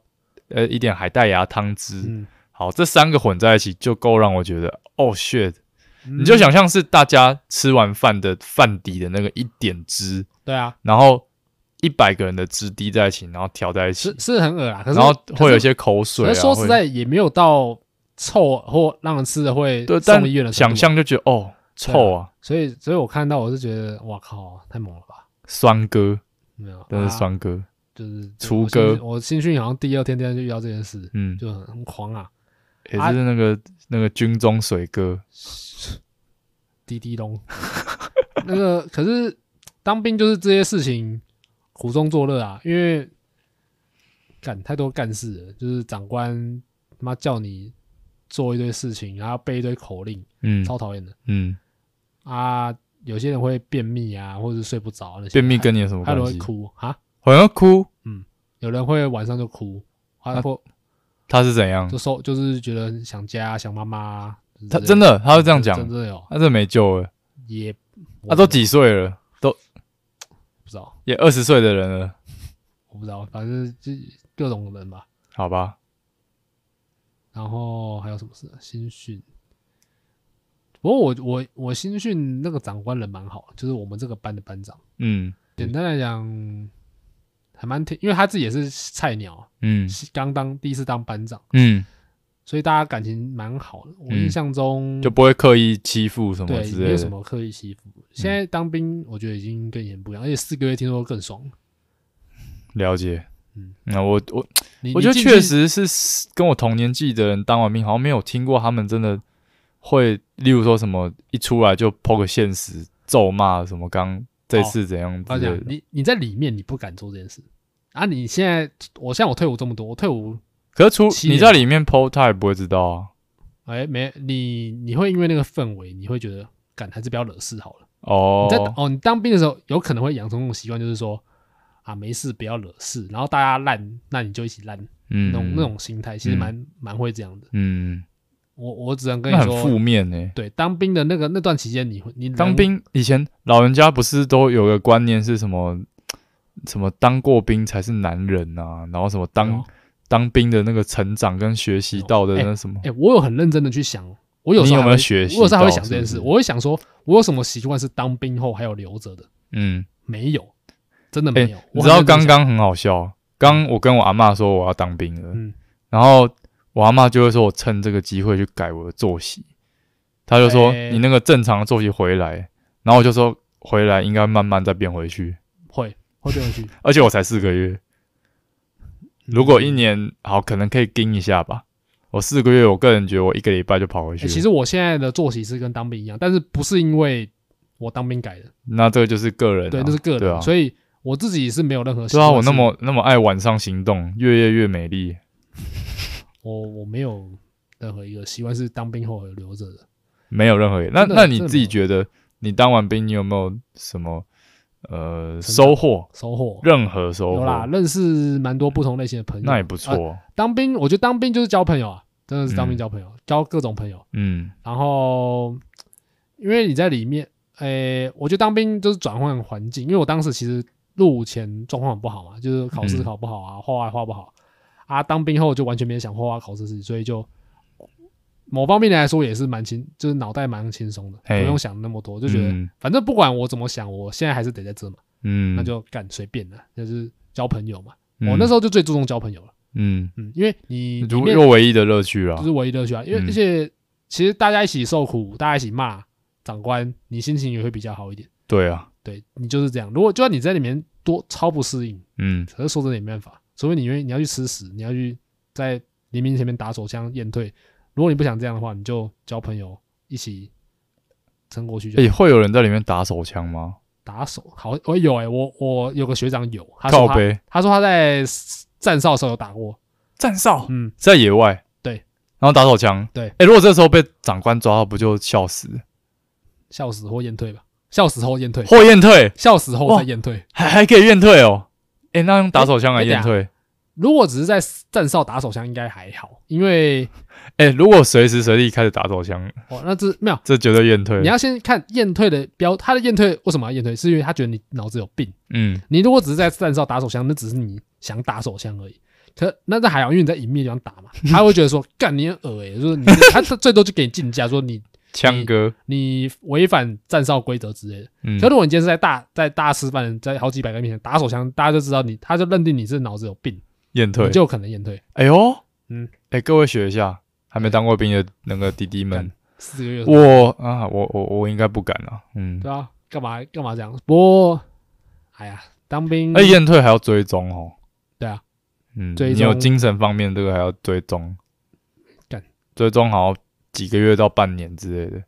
Speaker 1: 呃一点海带芽汤汁，
Speaker 2: 嗯，
Speaker 1: 好，这三个混在一起就够让我觉得，哦 shit，
Speaker 2: 你
Speaker 1: 你就想象是大家吃完饭的饭底的那个一点汁，
Speaker 2: 对啊，
Speaker 1: 然后一百个人的汁滴在一起，然后调在一起
Speaker 2: 是，是很恶啊，可是
Speaker 1: 然后会有一
Speaker 2: 可是
Speaker 1: 些口水、啊。
Speaker 2: 可是说实
Speaker 1: 会
Speaker 2: 在也没有到臭或让人吃的会
Speaker 1: 对，但
Speaker 2: 送医院的程
Speaker 1: 想
Speaker 2: 度啊，
Speaker 1: 象就觉得哦，臭啊，
Speaker 2: 所以所以我看到我是觉得哇靠，太猛了吧，
Speaker 1: 酸哥，
Speaker 2: 没有，
Speaker 1: 真的
Speaker 2: 啊
Speaker 1: 是酸哥，
Speaker 2: 就是
Speaker 1: 雏
Speaker 2: 我新训
Speaker 1: 鸽
Speaker 2: 我新训好像第二天、第二天就遇到这件事，
Speaker 1: 嗯，
Speaker 2: 就很很狂啊，
Speaker 1: 也
Speaker 2: 啊
Speaker 1: 是那个、那个军中水哥，
Speaker 2: 滴滴咚。 那个可是当兵就是这些事情苦中作乐啊，因为干太多干事了，就是长官他妈叫你做一堆事情，然后背一堆口令，
Speaker 1: 嗯
Speaker 2: 超讨厌的
Speaker 1: 嗯，
Speaker 2: 啊。有些人会便秘啊，或者是睡不着那些。啊
Speaker 1: 便秘跟你有什么
Speaker 2: 还有
Speaker 1: 关
Speaker 2: 人会
Speaker 1: 系？
Speaker 2: 哭啊，
Speaker 1: 好像哭，
Speaker 2: 有人会晚上就哭，啊
Speaker 1: 啊
Speaker 2: 或
Speaker 1: 他是怎样
Speaker 2: 就？受就是觉得想家想妈妈啊。就是
Speaker 1: 嗯他
Speaker 2: 这
Speaker 1: 真
Speaker 2: 样
Speaker 1: 的，他会这样讲
Speaker 2: 真，的有
Speaker 1: 他这没救了。
Speaker 2: 也，我
Speaker 1: 他都几岁了，
Speaker 2: 不知道，
Speaker 1: 也二十岁的人了，
Speaker 2: 我不知道，反正就各种人吧。
Speaker 1: 好吧？
Speaker 2: 然后还有什么事？新训。不过我我我新训那个长官人蛮好，就是我们这个班的班长。
Speaker 1: 嗯
Speaker 2: 简单来讲，还蛮挺，因为他自己也是菜鸟，
Speaker 1: 嗯
Speaker 2: 刚当第一次当班长，
Speaker 1: 嗯，
Speaker 2: 所以大家感情蛮好的。我
Speaker 1: 嗯
Speaker 2: 印象中
Speaker 1: 就不会刻意欺负什么
Speaker 2: 对
Speaker 1: 之
Speaker 2: 没有
Speaker 1: 类
Speaker 2: 什
Speaker 1: 的。嗯
Speaker 2: 么刻意欺负。现在当兵，我觉得已经跟以前不一样，而且四个月听说更爽。
Speaker 1: 了解。
Speaker 2: 嗯
Speaker 1: 嗯，那我我
Speaker 2: 你
Speaker 1: 我觉得
Speaker 2: 你进去
Speaker 1: 确实是跟我同年纪的人当完兵，好像没有听过他们真的会，例如说什么一出来就抛个现实咒骂什么刚这次怎样之
Speaker 2: 我
Speaker 1: 类
Speaker 2: 哦讲
Speaker 1: 的。
Speaker 2: 啊你你在里面你不敢做这件事啊！你现在我像我退伍这么多，我退伍
Speaker 1: 可是出
Speaker 2: 七年
Speaker 1: 你在里面抛，他也不会知道啊。
Speaker 2: 哎，没你，你会因为那个氛围，你会觉得，干还是不要惹事好了。你在
Speaker 1: 哦，
Speaker 2: 哦，你当兵的时候有可能会养成那种习惯，就是说啊，没事不要惹事，然后大家烂，那你就一起烂，那
Speaker 1: 嗯，
Speaker 2: 种那种心态，其
Speaker 1: 嗯
Speaker 2: 实蛮、蛮会这样的。
Speaker 1: 嗯，
Speaker 2: 我我只能跟
Speaker 1: 那
Speaker 2: 你
Speaker 1: 很
Speaker 2: 说
Speaker 1: 负，面呢、
Speaker 2: 对，当兵的那个那段期间你，会你
Speaker 1: 当
Speaker 2: 能
Speaker 1: 兵以前老人家不是都有个观念是什么？什么当过兵才是男人啊，然后什么当、
Speaker 2: 哦
Speaker 1: 当兵的那个成长跟学习到的那什么，
Speaker 2: 哎、我有很认真的去想，我有时
Speaker 1: 你
Speaker 2: 候
Speaker 1: 有
Speaker 2: 还
Speaker 1: 没有
Speaker 2: 会
Speaker 1: 学习
Speaker 2: 我有时候还会
Speaker 1: 到
Speaker 2: 想这
Speaker 1: 是
Speaker 2: 件
Speaker 1: 不
Speaker 2: 事，
Speaker 1: 是
Speaker 2: 我会想说，我有什么习惯是当兵后还有留着的？
Speaker 1: 嗯，
Speaker 2: 没有，真的
Speaker 1: 哎、
Speaker 2: 没有。
Speaker 1: 你
Speaker 2: 我
Speaker 1: 知
Speaker 2: 很
Speaker 1: 道
Speaker 2: 认真
Speaker 1: 刚
Speaker 2: 想
Speaker 1: 刚很好笑，刚我跟我阿嬷说我要当兵了，
Speaker 2: 嗯
Speaker 1: 然后我阿嬷就会说我趁这个机会去改我的作息，她就说、
Speaker 2: 哎
Speaker 1: 你那个正常的作息回来，然后我就说回来应该慢慢再变回去，
Speaker 2: 会会变回 去，欸
Speaker 1: 而且我才四个月，如果一
Speaker 2: 嗯
Speaker 1: 年好可能可以盯一下吧，我四个月我个人觉得我一个礼拜就跑回去
Speaker 2: 欸
Speaker 1: 了，
Speaker 2: 其实我现在的作息是跟当兵一样，但是不是因为我当兵改的，
Speaker 1: 那这个就是个人、啊，
Speaker 2: 对，那是个
Speaker 1: 对
Speaker 2: 人，
Speaker 1: 啊
Speaker 2: 所以我自己是没有任何。
Speaker 1: 对啊，我那，么那么爱晚上行动，越夜越美丽。
Speaker 2: 我我没有任何一个习惯是当兵后有留着的。
Speaker 1: 没有任何。那
Speaker 2: 真的
Speaker 1: 那你
Speaker 2: 真的
Speaker 1: 自
Speaker 2: 没
Speaker 1: 己觉
Speaker 2: 有
Speaker 1: 得，你当完兵，你有没有什么呃
Speaker 2: 成长
Speaker 1: 收获？
Speaker 2: 收获
Speaker 1: 任何收
Speaker 2: 有啦，
Speaker 1: 获？
Speaker 2: 认识蛮多不同类型的朋友，
Speaker 1: 那也不
Speaker 2: 啊
Speaker 1: 错。
Speaker 2: 当兵，我觉得当兵就是交朋友啊，真的是当兵
Speaker 1: 嗯
Speaker 2: 交朋友，交各种朋友。
Speaker 1: 嗯
Speaker 2: 然后，因为你在里面，诶、我觉得当兵就是转换环境，因为我当时其实入伍前状况很不好嘛，就是考试
Speaker 1: 嗯
Speaker 2: 考不好啊，画画也画不好啊。当兵后就完全没想画画考试事情，所以就某方面来说也是蛮轻，就是脑袋蛮轻松的，
Speaker 1: 嘿
Speaker 2: 不用想那么多，就觉得、
Speaker 1: 嗯
Speaker 2: 反正不管我怎么想，我现在还是得在这嘛，
Speaker 1: 嗯，
Speaker 2: 那就干随便了，就是交朋友嘛。
Speaker 1: 嗯
Speaker 2: 我那时候就最注重交朋友了，
Speaker 1: 嗯，
Speaker 2: 嗯，因为你里
Speaker 1: 如
Speaker 2: 面
Speaker 1: 又唯一的乐趣了
Speaker 2: 这。是唯一乐趣啊，因为
Speaker 1: 嗯
Speaker 2: 而且其实大家一起受苦，大家一起骂长官，你心情也会比较好一点。
Speaker 1: 对啊，
Speaker 2: 对你就是这样。如果就算你在里面多超不适应，
Speaker 1: 嗯
Speaker 2: 可是说真的也没办法，除非你愿意你要去吃屎，你要去在黎明前面打手枪验退。如果你不想这样的话，你就交朋友一起撑过去就好。
Speaker 1: 诶，会有人在里面打手枪吗？
Speaker 2: 打手好，我有哎、我我有个学长有，他说
Speaker 1: 靠
Speaker 2: 他
Speaker 1: 背
Speaker 2: 他说他在站哨的时候有打过，
Speaker 1: 站哨
Speaker 2: 嗯，
Speaker 1: 在野外，
Speaker 2: 对，
Speaker 1: 然后打手枪，
Speaker 2: 对
Speaker 1: 诶，如果这时候被长官抓到，不就笑死？
Speaker 2: 笑死或验退吧，笑死后验退，
Speaker 1: 或验退，
Speaker 2: 笑死后
Speaker 1: 哇
Speaker 2: 再验退。
Speaker 1: 还还可以验退哦。诶，那用打手枪来
Speaker 2: 诶诶
Speaker 1: 验
Speaker 2: 等
Speaker 1: 退？
Speaker 2: 如果只是在站哨打手枪，应该还好，因 为
Speaker 1: 诶，如果随时随地开始打手枪，
Speaker 2: 哦，那这没有，
Speaker 1: 这绝对验退。
Speaker 2: 你要先看验退的标，他的验退为什么要验退？是因为他觉得你脑子有病。
Speaker 1: 嗯
Speaker 2: 你如果只是在站哨打手枪，那只是你想打手枪而已。可那那还好，因为你在隐秘的地方 打嘛，他会觉得说干你很恶诶、欸就是你他他最多就给你竞价，说你，
Speaker 1: 枪哥，
Speaker 2: 你违反站哨规则之类的。
Speaker 1: 嗯
Speaker 2: 可如果你今天是在大在大家吃饭，在好几百个人面前打手枪，大家就知道你，他就认定你是脑子有病，
Speaker 1: 验退
Speaker 2: 你。就有可能验退
Speaker 1: 哎呦，
Speaker 2: 嗯
Speaker 1: 嗯，哎，各位学一下，还没当过兵的那个弟弟们，
Speaker 2: 四个月。
Speaker 1: 我啊，我我我应该不敢啊，嗯，
Speaker 2: 对啊，干嘛干嘛这样？不过，哎呀，当兵，
Speaker 1: 哎，验退还要追踪哦，
Speaker 2: 对啊，
Speaker 1: 嗯，
Speaker 2: 追
Speaker 1: 你有
Speaker 2: 踪
Speaker 1: 精神方面这个还要追踪
Speaker 2: 干，
Speaker 1: 追踪好像几个月到半年之类的，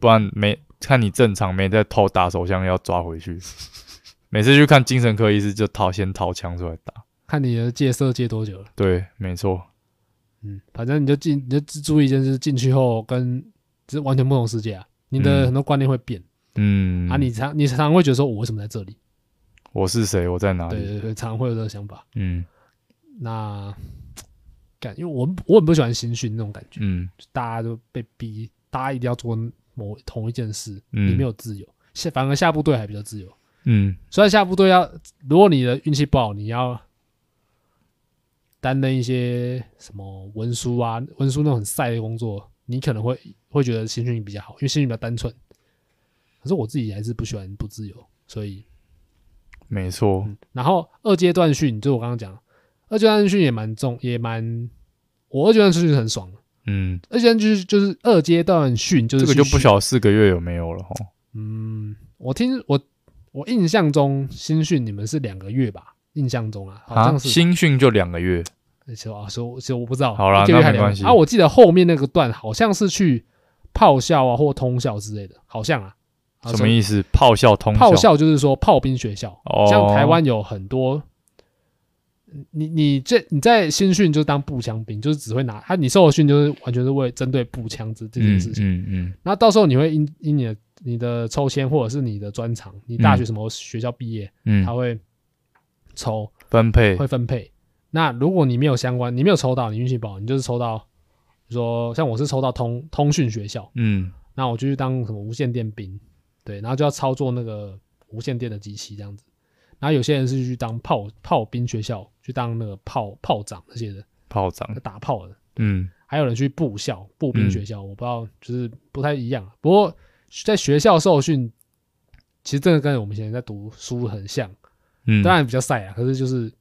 Speaker 1: 不然没看你正常没在偷打手枪要抓回 去，每次去看精神科医师就掏先掏枪出来打，
Speaker 2: 看你的戒色戒多久了。
Speaker 1: 对，没错，
Speaker 2: 嗯，反正你就进，你就只注意一件事，进去后跟这完全不同世界啊，你的
Speaker 1: 嗯
Speaker 2: 很多观念会变。
Speaker 1: 嗯，
Speaker 2: 啊，你常你常常会觉得说，我为什么在这里？
Speaker 1: 我是谁？我在哪
Speaker 2: 对
Speaker 1: 里？
Speaker 2: 对对，常常会有这个想法。
Speaker 1: 嗯
Speaker 2: 那感，因为我很我很不喜欢新训那种感觉，
Speaker 1: 嗯
Speaker 2: 就大家都被逼，大家一定要做某同一件事，
Speaker 1: 嗯
Speaker 2: 你没有自由。下反而下部队还比较自由，
Speaker 1: 嗯
Speaker 2: 虽然下部队要，如果你的运气不好，你要担任一些什么文书啊、文书那种很晒的工作，你可能会会觉得新训比较好，因为新训比较单纯。可是我自己还是不喜欢不自由，所以
Speaker 1: 没错，
Speaker 2: 然后二阶段训，就我刚刚讲，二阶段训也蛮重，也蛮我二阶段训是很爽的。
Speaker 1: 嗯，
Speaker 2: 二阶段就是就是二阶段训，就是
Speaker 1: 这个就
Speaker 2: 去
Speaker 1: 不晓得四个月有没有了哦哈。
Speaker 2: 嗯，我听我我印象中新训你们是两个月吧？印象中啊，好
Speaker 1: 啊，
Speaker 2: 像是
Speaker 1: 新训就两个月，
Speaker 2: 其实啊，所以我其实我不知道。
Speaker 1: 好啦
Speaker 2: 一个月
Speaker 1: 那
Speaker 2: 还
Speaker 1: 没
Speaker 2: 两个
Speaker 1: 关系
Speaker 2: 啊，我记得后面那个段好像是去炮校啊或通校之类的，好像啊。啊
Speaker 1: 什么意思？炮校嗯通
Speaker 2: 炮校就是说炮兵学校，
Speaker 1: 哦
Speaker 2: 像台湾有很多，你你这你在新训就当步枪兵，就是只会拿他，啊你受的训就是完全是为针对步枪这这件
Speaker 1: 嗯
Speaker 2: 事情。
Speaker 1: 嗯嗯
Speaker 2: 那、到时候你会因因你的你的抽签或者是你的专长，你大学什么学校毕业，他
Speaker 1: 嗯，
Speaker 2: 会抽
Speaker 1: 分配
Speaker 2: 会分配。那如果你没有相关，你没有抽到，你运气不好，你就是抽到，比如说像我是抽到通通讯学校，
Speaker 1: 嗯
Speaker 2: 那我就去当什么无线电兵，对，然后就要操作那个无线电的机器这样子。然后有些人是去当炮炮兵学校，去当那个炮炮长那些的，
Speaker 1: 炮长，
Speaker 2: 打炮的。
Speaker 1: 嗯
Speaker 2: 还有人去步校、步兵学校，我不知道，就是不太一样。不过在学校受训，其实真的跟我们以前在读书很像，
Speaker 1: 嗯，
Speaker 2: 当然比较晒啊，可是就是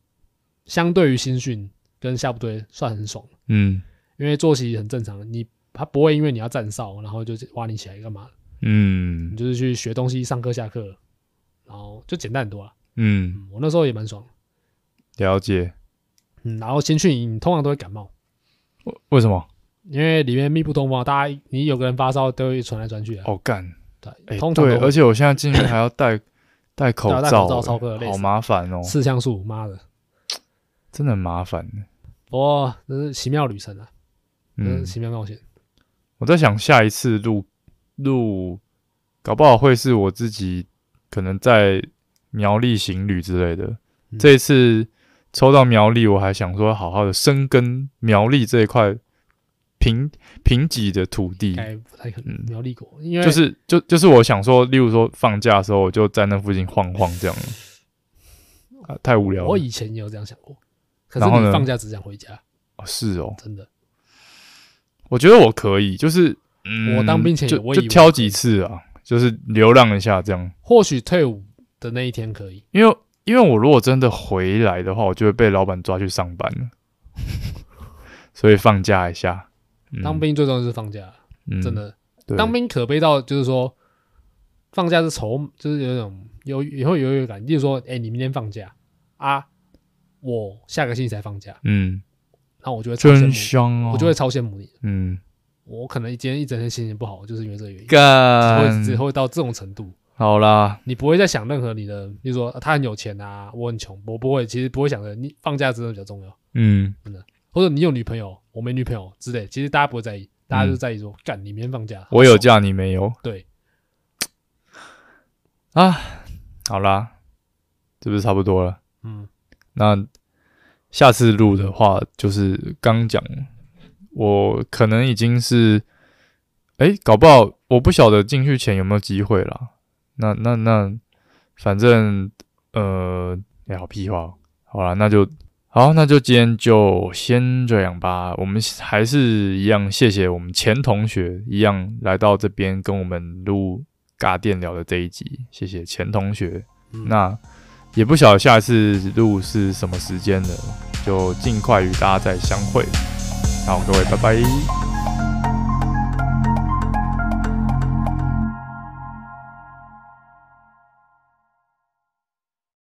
Speaker 2: 相对于新训跟下部队算很爽，
Speaker 1: 嗯
Speaker 2: 因为作息很正常，你他不会因为你要站哨，然后就挖你起来干嘛的你
Speaker 1: 嗯
Speaker 2: 就是去学东西，上课下课，然后就简单很多了。
Speaker 1: 嗯，
Speaker 2: 嗯，我那时候也蛮爽。
Speaker 1: 了解。
Speaker 2: 嗯，然后新训营通常都会感冒，
Speaker 1: 为为什么？
Speaker 2: 因为里面密不通风，啊大家你有个人发烧都会传来传去的。啊
Speaker 1: 哦干，哎
Speaker 2: 对，通常
Speaker 1: 对，
Speaker 2: 都
Speaker 1: 而且我现在进去还要 戴戴口
Speaker 2: 对啊戴口罩
Speaker 1: 罩
Speaker 2: 超个累
Speaker 1: 哎，好
Speaker 2: 死
Speaker 1: 麻烦哦，
Speaker 2: 四像素，妈的！
Speaker 1: 真的很麻烦。
Speaker 2: 不过这是奇妙旅程啊，这
Speaker 1: 嗯
Speaker 2: 是，奇妙冒险。
Speaker 1: 我在想下一次录录，搞不好会是我自己可能在苗栗行旅之类的。
Speaker 2: 嗯
Speaker 1: 这一次抽到苗栗，我还想说好好的深耕苗栗这一块贫贫瘠的土地
Speaker 2: 应，该不太可能
Speaker 1: 嗯
Speaker 2: 苗栗国，因为
Speaker 1: 就是就就是我想说，例如说放假的时候，我就在那附近晃晃这样。啊、太无聊
Speaker 2: 我
Speaker 1: 了、
Speaker 2: 以前也有这样想过，可是
Speaker 1: 然后呢
Speaker 2: 你放假只想回家，
Speaker 1: 哦是哦，
Speaker 2: 真的。
Speaker 1: 我觉得我可以，就是、嗯、
Speaker 2: 我当兵前
Speaker 1: 就
Speaker 2: 我以
Speaker 1: 就
Speaker 2: 为
Speaker 1: 挑
Speaker 2: 我可以
Speaker 1: 几次啊，就是流浪一下这样。
Speaker 2: 或许退伍的那一天可以，
Speaker 1: 因为因为我如果真的回来的话，我就会被老板抓去上班了，所以放假一下。嗯
Speaker 2: 当兵最重要的是放假，
Speaker 1: 嗯
Speaker 2: 真的。
Speaker 1: 对
Speaker 2: 当兵可悲到就是说，放假是愁，就是有一种有也会有优越感。例如说，哎、你明天放假啊，我下个星期才放假，
Speaker 1: 嗯，
Speaker 2: 那我就会超羡
Speaker 1: 真
Speaker 2: 慕，
Speaker 1: 香哦！
Speaker 2: 我就会超羡慕你。
Speaker 1: 嗯
Speaker 2: 我可能今天一整天心情不好，就是因为这个原因，只
Speaker 1: 干
Speaker 2: 会只会到这种程度。
Speaker 1: 好啦，
Speaker 2: 你不会再想任何你的，例如说、啊他很有钱啊，我很穷，我不会，其实不会想着你放假真的比较重要，
Speaker 1: 嗯
Speaker 2: 或者你有女朋友，我没女朋友之类，其实大家不会在意，大家就在意说，干、你明天放假，
Speaker 1: 嗯我有
Speaker 2: 好爽，
Speaker 1: 假你没有
Speaker 2: 对，
Speaker 1: 好啦，这不是差不多了？
Speaker 2: 嗯，
Speaker 1: 那下次录的话，就是刚讲，我可能已经是，哎，搞不好我不晓得进去前有没有机会啦。那那那，反正呃，哎，好屁话哦、好啦，那就好，那就今天就先这样吧。我们还是一样，谢谢我们前同学一样来到这边跟我们录尬电聊的这一集，谢谢前同学。
Speaker 2: 嗯
Speaker 1: 那也不晓得下一次录是什么时间了，就尽快与大家再相会。好，各位，拜拜。